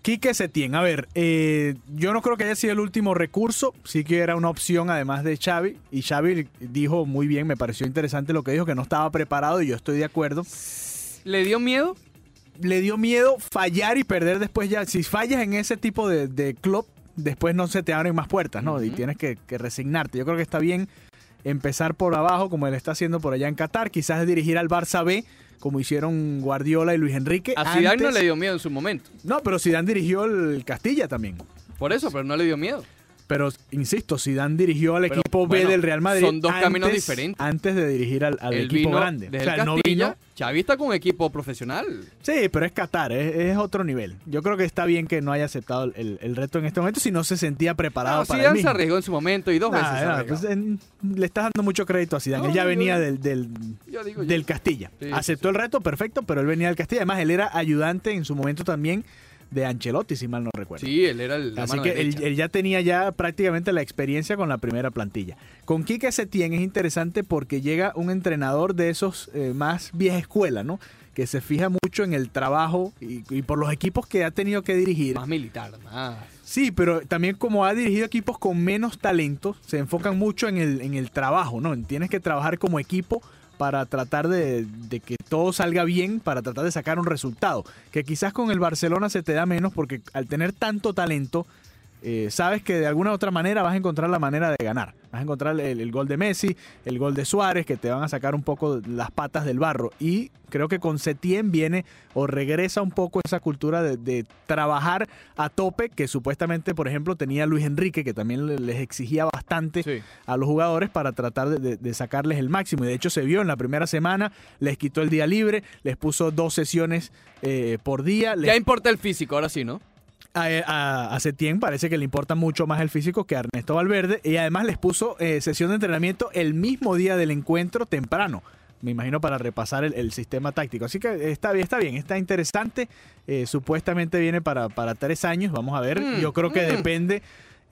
S3: Quique Setién, a ver, eh, yo no creo que haya sido el último recurso, sí que era una opción además de Xavi, y Xavi dijo muy bien, me pareció interesante lo que dijo, que no estaba preparado y yo estoy de acuerdo.
S2: ¿Le dio miedo?
S3: Le dio miedo fallar y perder después ya, si fallas en ese tipo de, de club, después no se te abren más puertas, ¿no? Y
S2: Ujú.
S3: tienes que, que resignarte. Yo creo que está bien empezar por abajo, como él está haciendo por allá en Qatar, quizás dirigir al Barça B, como hicieron Guardiola y Luis Enrique.
S2: A Zidane no
S3: antes.
S2: le dio miedo en su momento.
S3: No, pero Zidane dirigió el Castilla también.
S2: Por eso, pero no le dio miedo.
S3: Pero insisto, Zidane dirigió al
S2: Pero,
S3: equipo
S2: bueno,
S3: B del Real Madrid.
S2: son dos caminos diferentes.
S3: Antes de dirigir al, al
S2: El
S3: equipo
S2: vino
S3: grande.
S2: desde
S3: O sea,
S2: el
S3: no
S2: Castilla.
S3: vino-
S2: Xavi está con equipo profesional.
S3: Sí, pero es Qatar, es, es otro nivel. Yo creo que está bien que no haya aceptado el- el, el reto en este momento si no se sentía preparado
S2: No,
S3: para el
S2: Zidane se
S3: mismo.
S2: arriesgó en su momento y dos
S3: Nah,
S2: veces se
S3: nah,
S2: arriesgó.
S3: pues, en- le estás dando mucho crédito a Zidane.
S2: No,
S3: él ya
S2: yo-
S3: venía del, del,
S2: Yo digo yo.
S3: eh, del Castilla.
S2: Sí, sí,
S3: Aceptó el reto, perfecto, pero él venía del Castilla. Además, él era ayudante en su momento también de Ancelotti, si mal no recuerdo.
S2: Sí, él era el. la
S3: Así
S2: mano
S3: que él,
S2: derecha.
S3: él ya tenía ya prácticamente la experiencia con la primera plantilla. Con Quique Setién es interesante porque llega un entrenador de esos eh, más vieja escuela, ¿no? Que se fija mucho en el trabajo y, y por los equipos que ha tenido que dirigir.
S2: Más militar, más.
S3: Sí, pero también como ha dirigido equipos con menos talento, se enfocan mucho en el, en el trabajo, ¿no? Tienes que trabajar como equipo para tratar de, de que todo salga bien, para tratar de sacar un resultado. Que quizás con el Barcelona se te da menos porque al tener tanto talento, eh, sabes que de alguna u otra manera vas a encontrar la manera de ganar. Vas a encontrar el, el gol de Messi, el gol de Suárez, que te van a sacar un poco las patas del barro. Y creo que con Setién viene o regresa un poco esa cultura de, de trabajar a tope que supuestamente, por ejemplo, tenía Luis Enrique, que también le- les exigía bastante
S2: Sí.
S3: a los jugadores para tratar de, de- de sacarles el máximo. Y de hecho se vio en la primera semana, les quitó el día libre, les puso dos sesiones eh, por día. les
S2: Ya importa el físico, ahora sí, ¿no?
S3: a, a, a Setién parece que le importa mucho más el físico que a Ernesto Valverde y además les puso eh, sesión de entrenamiento el mismo día del encuentro temprano. Me imagino para repasar el, el sistema táctico. Así que está bien, está bien, está interesante. Eh, supuestamente viene para, para tres años. Vamos a ver.
S2: Mm,
S3: Yo creo que
S2: mm.
S3: depende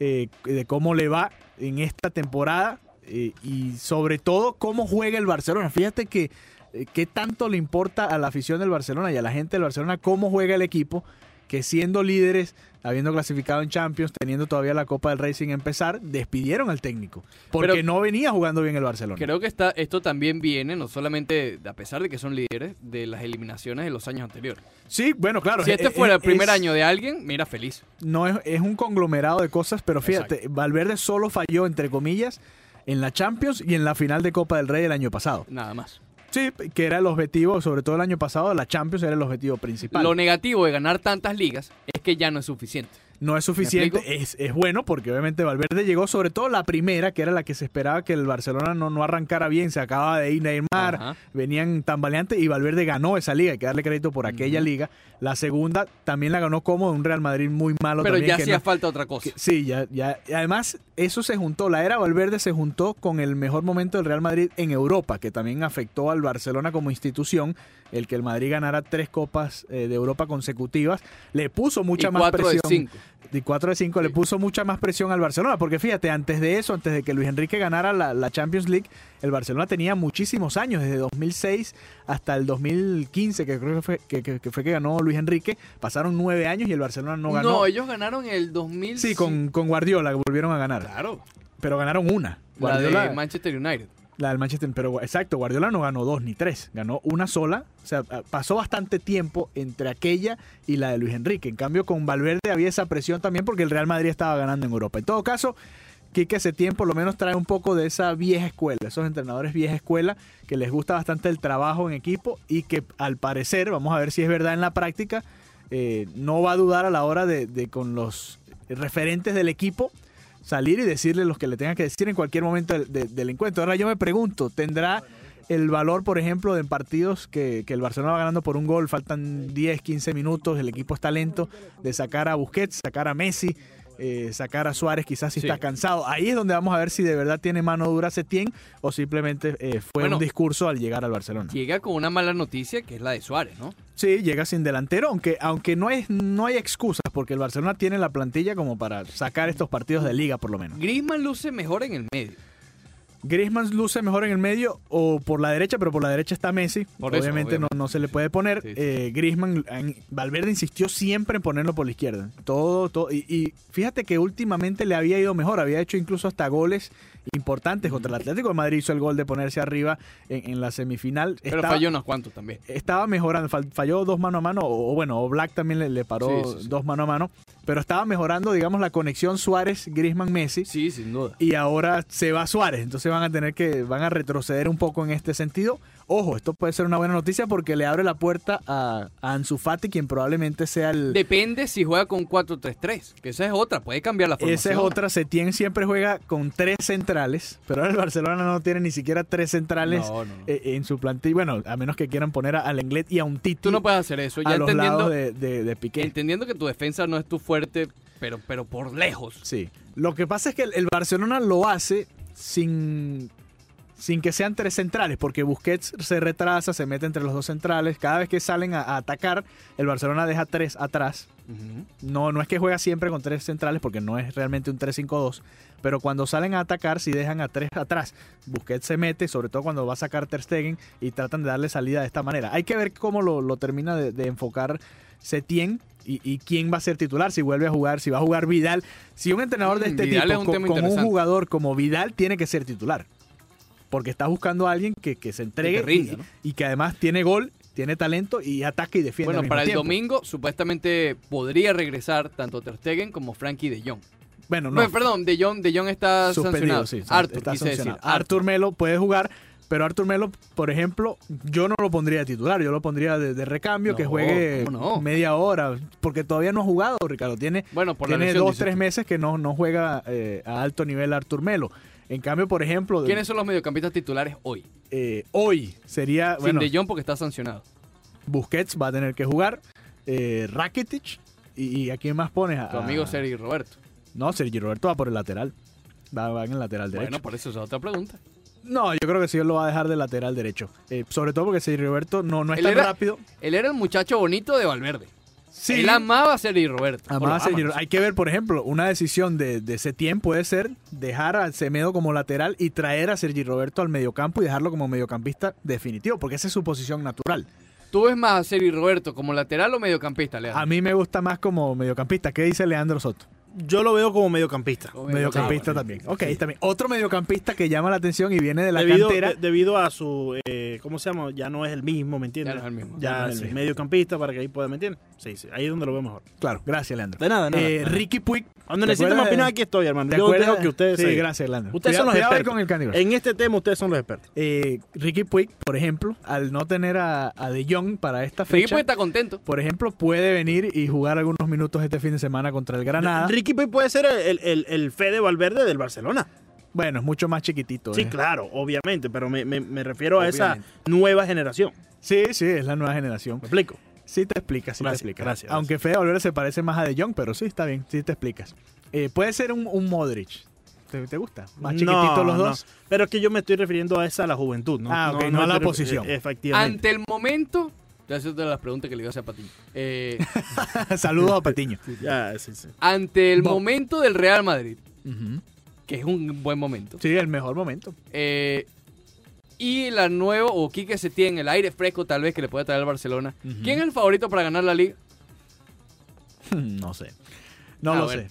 S3: eh, de cómo le va en esta temporada eh, y sobre todo cómo juega el Barcelona. Fíjate que eh, qué tanto le importa a la afición del Barcelona y a la gente del Barcelona cómo juega el equipo que siendo líderes, habiendo clasificado en Champions, teniendo todavía la Copa del Rey sin empezar, despidieron al técnico. Porque
S2: Pero-
S3: no venía jugando bien el Barcelona.
S2: Creo que está, esto también viene, no solamente, a pesar de que son líderes, de las eliminaciones de los años anteriores.
S3: Sí, bueno, claro.
S2: Si
S3: es-
S2: este
S3: es-
S2: fuera el primer
S3: es-
S2: año de alguien, mira, feliz.
S3: No es, es un conglomerado de cosas, pero fíjate, Valverde solo falló, entre comillas, en la Champions y en la final de Copa del Rey el año pasado.
S2: Nada más.
S3: Sí, que era el objetivo, sobre todo el año pasado, la Champions era el objetivo principal.
S2: Lo negativo de ganar tantas ligas es que ya no es suficiente.
S3: no es suficiente,
S2: explico?
S3: es, es bueno porque obviamente Valverde llegó, sobre todo la primera, que era la que se esperaba que el Barcelona no, no arrancara bien, se acaba de ir Neymar,
S2: Ajá.
S3: venían tambaleantes y Valverde ganó esa liga, hay que darle crédito por aquella liga. La segunda también la ganó como un Real Madrid muy malo
S2: Pero
S3: también.
S2: ya
S3: que
S2: hacía
S3: no-
S2: falta otra cosa.
S3: que- sí, ya, ya. y Además, eso se juntó, la era Valverde se juntó con el mejor momento del Real Madrid en Europa, que también afectó al Barcelona como institución, el que el Madrid ganara tres copas eh, de Europa consecutivas, le puso mucha
S2: y
S3: más
S2: cuatro
S3: presión.
S2: de cinco.
S3: De 4 de 5 le
S2: Sí.
S3: puso mucha más presión al Barcelona, porque fíjate, antes de eso, antes de que Luis Enrique ganara la, la Champions League, el Barcelona tenía muchísimos años, desde 2006 hasta el 2015, que creo que fue que, que- que fue que ganó Luis Enrique, pasaron nueve años y el Barcelona no
S2: No,
S3: ganó.
S2: ellos ganaron el 2000.
S3: Sí, con, con Guardiola volvieron a ganar,
S2: Claro.
S3: pero ganaron una.
S2: La
S3: Guardiola,
S2: de Manchester United.
S3: la del Manchester, pero exacto, Guardiola no ganó dos ni tres, ganó una sola. O sea, ah, pasó bastante tiempo entre aquella y la de Luis Enrique. En cambio, con Valverde había esa presión también porque el Real Madrid estaba ganando en Europa. En todo caso, Quique Setién por lo menos trae un poco de esa vieja escuela, esos entrenadores vieja escuela que les gusta bastante el trabajo en equipo y que al parecer, vamos a ver si es verdad en la práctica, eh, no va a dudar a la hora de, de con los referentes del equipo salir y decirle los que le tengan que decir en cualquier momento del, de- del encuentro. Ahora yo me pregunto, ¿tendrá el valor, por ejemplo, de en partidos que, que el Barcelona va ganando por un gol, faltan 10, 15 minutos, el equipo está lento, de sacar a Busquets, sacar a Messi, eh, sacar a Suárez quizás si
S2: Sí.
S3: está cansado? Ahí es donde vamos a ver si de verdad tiene mano dura Setién o simplemente eh, fue
S2: Bueno.
S3: un discurso al llegar al Barcelona.
S2: Llega con una mala noticia que es la de Suárez, ¿no?
S3: Sí, llega sin delantero, aunque, aunque no, es, no hay excusas, porque el Barcelona tiene la plantilla como para sacar estos partidos de liga, por lo menos.
S2: Griezmann luce mejor en el medio.
S3: Griezmann luce mejor en el medio o por la derecha, pero por la derecha está Messi.
S2: Por eso,
S3: obviamente no-
S2: obviamente.
S3: No, se le puede poner.
S2: Sí, sí.
S3: Eh, Griezmann, en- Valverde insistió siempre en ponerlo por la izquierda. Todo, todo. Y, y fíjate que últimamente le había ido mejor. Había hecho incluso hasta goles importantes contra el Atlético de Madrid. Hizo el gol de ponerse arriba en, en la semifinal.
S2: Pero
S3: Estaba-
S2: falló unos cuantos también.
S3: estaba mejorando, fal- falló dos mano a mano, o o bueno, o Black también le, le paró
S2: Sí, sí, sí.
S3: dos mano a mano, pero estaba mejorando, digamos, la conexión Suárez-Grisman-Messi.
S2: Sí, sin duda.
S3: Y ahora se va Suárez, entonces van a tener que, van a retroceder un poco en este sentido. Ojo, esto puede ser una buena noticia porque le abre la puerta a, a Ansu Fati, quien probablemente sea el...
S2: Depende si juega con 4-3-3, que esa es otra, puede cambiar la
S3: Esa
S2: formación.
S3: es otra, Setién siempre juega con tres centrales, pero ahora el Barcelona no tiene ni siquiera tres centrales
S2: No, no, no.
S3: eh, en su plantilla. Bueno, a menos que quieran poner a- al Lenglet y a un Tito
S2: Tú no puedes hacer eso, ya
S3: a los
S2: entendiendo,
S3: lados de, de, de Piqué.
S2: entendiendo que tu defensa no es tu fuerte, pero, pero por lejos.
S3: Sí. Lo que pasa es que el, el Barcelona lo hace sin, sin que sean tres centrales, porque Busquets se retrasa, se mete entre los dos centrales. Cada vez que salen a, a atacar, el Barcelona deja tres atrás. No, no es que juega siempre con tres centrales, porque no es realmente un 3-5-2. Pero cuando salen a atacar, sí dejan a tres atrás. Busquets se mete, sobre todo cuando va a sacar Ter Stegen, y tratan de darle salida de esta manera. Hay que ver cómo lo, lo termina de, de enfocar Setién y, y quién va a ser titular, si vuelve a jugar, si va a jugar Vidal. Si un entrenador de
S2: Mm,
S3: este
S2: Vidal es
S3: tipo,
S2: un
S3: con,
S2: tema
S3: con un
S2: interesante.
S3: jugador como Vidal, tiene que ser titular. Porque está buscando a alguien que, que se entregue
S2: Que rinda,
S3: y,
S2: ¿no?
S3: y que además tiene gol, tiene talento y ataca y defiende. al
S2: Bueno,
S3: mismo
S2: para el
S3: tiempo.
S2: domingo supuestamente podría regresar tanto Ter Stegen como Frankie De Jong.
S3: Bueno,
S2: No,
S3: no,
S2: perdón, De Jong, de Jong está sancionado.
S3: suspendido, sí.
S2: Arthur,
S3: está
S2: quise
S3: sancionado.
S2: decir. Arthur.
S3: Arthur Melo puede jugar, pero Arthur Melo, por ejemplo, yo no lo pondría de titular, yo lo pondría de, de recambio, que
S2: No,
S3: juegue
S2: ¿cómo no?
S3: media hora, porque todavía no ha jugado, Ricardo. Tiene,
S2: Bueno, por la
S3: tiene
S2: lesión,
S3: dos,
S2: dices
S3: tres
S2: tú.
S3: meses que no, no juega eh, a alto nivel Arthur Melo. En cambio, por ejemplo, de-
S2: ¿Quiénes son los mediocampistas titulares hoy?
S3: eh, hoy sería, Ah, bueno,
S2: Sin De Jong porque está sancionado.
S3: Busquets va a tener que jugar, eh, Rakitic, y, y ¿a quién más pones? A,
S2: Tu amigo Sergi Roberto.
S3: No, Sergio Roberto va por el lateral. Va, va en el lateral derecho.
S2: Bueno, por eso esa es otra pregunta.
S3: No, yo creo que sí él lo va a dejar de lateral derecho. Eh, sobre todo porque Sergio Roberto no, no es
S2: Él
S3: tan
S2: era-
S3: rápido.
S2: Él era el muchacho bonito de Valverde.
S3: Sí,
S2: Él amaba a Sergi Roberto.
S3: amaba
S2: O lo
S3: a
S2: ama,
S3: Sergio
S2: no
S3: Roberto. Hay que ver, por ejemplo, una decisión de, de Setién puede ser dejar a Semedo como lateral y traer a Sergio Roberto al mediocampo y dejarlo como mediocampista definitivo, porque esa es su posición natural.
S2: ¿Tú ves más a Seri Roberto como lateral o mediocampista, Leandro?
S3: A mí me gusta más como mediocampista. ¿Qué dice Leandro Soto?
S1: Yo lo veo como mediocampista.
S2: Como
S3: Mediocampista
S2: Ah, bueno.
S3: también. Ok, también. Otro mediocampista que llama la atención y viene de la
S1: Debido,
S3: cantera.
S1: de- debido a su, eh, ¿cómo se llama? Ya no es el mismo, ¿me entiendes?
S2: Ya no es el mismo.
S1: Ya
S3: Ya no es el
S1: sí,
S3: mismo.
S1: mediocampista para que ahí pueda, ¿me entiendes? Sí, sí, ahí es donde lo veo mejor.
S3: Claro, gracias, Leandro.
S1: De nada, nada.
S3: Eh, Ricky Puig.
S1: Cuando
S3: ¿te
S1: necesiten
S3: acuerdas
S1: opinar,
S3: de-
S1: aquí estoy, hermano.
S3: ¿Te
S1: Yo
S3: acuerdas?
S1: dejo que ustedes...
S3: Sí,
S1: se-
S3: gracias, Leandro.
S1: Ustedes son los
S3: Cuidado ahí
S1: expertos.
S3: con el Candy Crush.
S1: En este tema ustedes son los expertos.
S3: Eh, Ricky Puig, por ejemplo, al no tener a, a De Jong para esta
S2: Ricky
S3: fecha,
S2: Puig está contento.
S3: por ejemplo, puede venir y jugar algunos minutos este fin de semana contra el Granada.
S1: Ricky Puig puede ser el, el, el, el Fede Valverde del Barcelona.
S3: Bueno, es mucho más chiquitito.
S1: Sí,
S3: eh.
S1: claro, obviamente, pero me, me- me refiero a esa
S2: Obviamente.
S1: nueva generación.
S3: sí, sí, es la nueva generación.
S1: ¿Me explico?
S3: Sí te explicas, sí
S1: Gracias,
S3: te explicas.
S1: gracias,
S3: Aunque Fede Valverde se parece más a De Jong, pero sí, está bien, sí te explicas. Eh, puede ser un, un Modric. ¿Te, te gusta? Más
S1: No,
S3: chiquitito los
S1: no.
S3: dos.
S1: Pero es que yo me estoy refiriendo a esa, a la juventud, ¿no?
S3: Ah, ok, no a
S1: me
S3: la
S1: estoy ref-
S3: posición.
S1: e- Efectivamente.
S2: Ante el momento. Te haces todas las preguntas que le iba a hacer a Patiño. Eh,
S3: Saludos a Patiño.
S1: Ya, sí, sí.
S2: ante el
S3: Bo-
S2: momento del Real Madrid,
S3: Ujú.
S2: que es un buen momento.
S3: Sí, el mejor momento.
S2: eh, y la nueva, o Quique Setién, el aire fresco tal vez que le pueda traer al Barcelona.
S3: Ujú.
S2: ¿Quién es el favorito para ganar la liga?
S3: No sé. No
S2: Ah,
S3: lo
S2: bueno.
S3: sé.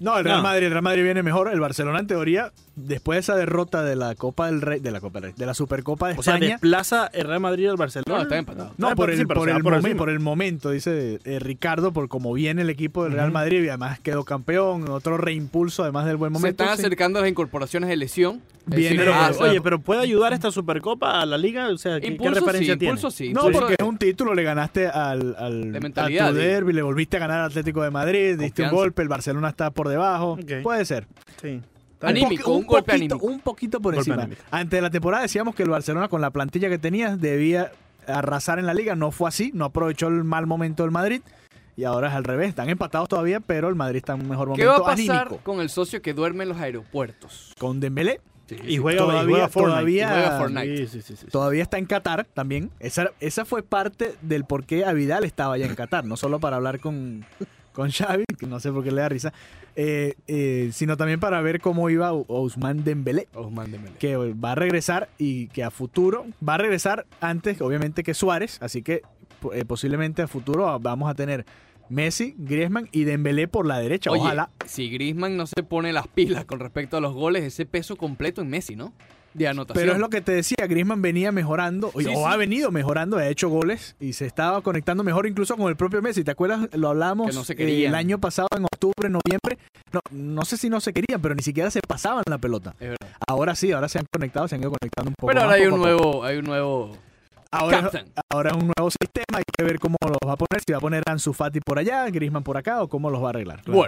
S3: No, el Real
S1: No.
S3: Madrid, el Real Madrid viene mejor. El Barcelona, en teoría, después de esa derrota de la Copa del Rey, de la Copa del Rey, de la Supercopa de
S1: O sea,
S3: España.
S1: desplaza el Real Madrid al Barcelona.
S2: No, está empatado.
S3: no, por el,
S1: Sí, pero
S3: por,
S1: se va
S3: el momen-
S1: encima.
S3: por el momento, dice eh, Ricardo, por cómo viene el equipo del Real Madrid y además quedó campeón, otro reimpulso además del buen
S2: Se
S3: momento.
S2: están
S3: sí.
S2: acercando las incorporaciones de lesión. Es
S3: Bien,
S2: decir,
S1: Pero,
S2: ah,
S1: eh,
S2: se-
S1: oye, pero ¿puede ayudar esta Supercopa a la liga? O sea, ¿qué, qué
S2: impulso sí,
S1: referencia tiene?
S2: impulso sí.
S3: No,
S2: impulso
S3: porque
S2: de-
S3: es un título, le ganaste al, al
S2: De
S3: a
S2: mentalidad,
S3: tu
S2: digo.
S3: derbi, le volviste a ganar al Atlético de Madrid, diste un
S2: Confianza.
S3: golpe, el Barcelona está por debajo.
S1: Ok.
S3: Puede ser.
S1: Sí.
S3: Un
S2: Anímico,
S3: poqui-
S2: un golpe
S3: poquito,
S2: anímico.
S3: Un poquito por
S1: Golpe
S3: encima.
S1: anímico.
S3: Antes de la temporada decíamos que el Barcelona con la plantilla que tenía debía arrasar en la liga. No fue así, no aprovechó el mal momento del Madrid. Y ahora es al revés, están empatados todavía, pero el Madrid está en un mejor
S2: ¿Qué
S3: momento
S2: va a pasar
S3: anímico.
S2: con el socio que duerme en los aeropuertos?
S3: Con Dembélé
S1: Y juega,
S3: Todavía-
S1: y juega Fortnite.
S3: todavía-
S1: Y juega
S2: Fortnite.
S1: Sí, sí, sí, sí.
S3: todavía está en Qatar también. Esa, esa fue parte del por qué Avidal estaba allá en Qatar, no solo para hablar con, con Xavi, que no sé por qué le da risa, eh, eh, sino también para ver cómo iba Ousmane Dembélé.
S2: Ousmane Dembélé.
S3: que va a regresar y que a futuro va a regresar antes, obviamente, que Suárez. Así que po- eh, posiblemente a futuro vamos a tener Messi, Griezmann y Dembélé por la derecha.
S2: Oye,
S3: Ojalá.
S2: si Griezmann no se pone las pilas con respecto a los goles, ese peso completo en Messi, ¿no? De anotación.
S3: Pero es lo que te decía, Griezmann venía mejorando o,
S2: Sí,
S3: o
S2: sí.
S3: ha venido mejorando, ha hecho goles y se estaba conectando mejor incluso con el propio Messi. ¿Te acuerdas? Lo hablábamos
S2: Que no se
S3: eh,
S2: querían.
S3: el año pasado en octubre, noviembre. No, no sé si no se querían, pero ni siquiera se pasaban la pelota.
S2: Es verdad.
S3: Ahora sí, ahora se han conectado, se han ido conectando un poco.
S2: Pero
S3: más,
S2: ahora hay
S3: poco
S2: un
S3: a poco.
S2: nuevo, hay un nuevo
S3: Ahora,
S2: captain.
S3: ahora es un nuevo sistema, hay que ver cómo los va a poner, si va a poner Ansu Fati por allá, Griezmann por acá o cómo los va a arreglar.
S2: Bueno,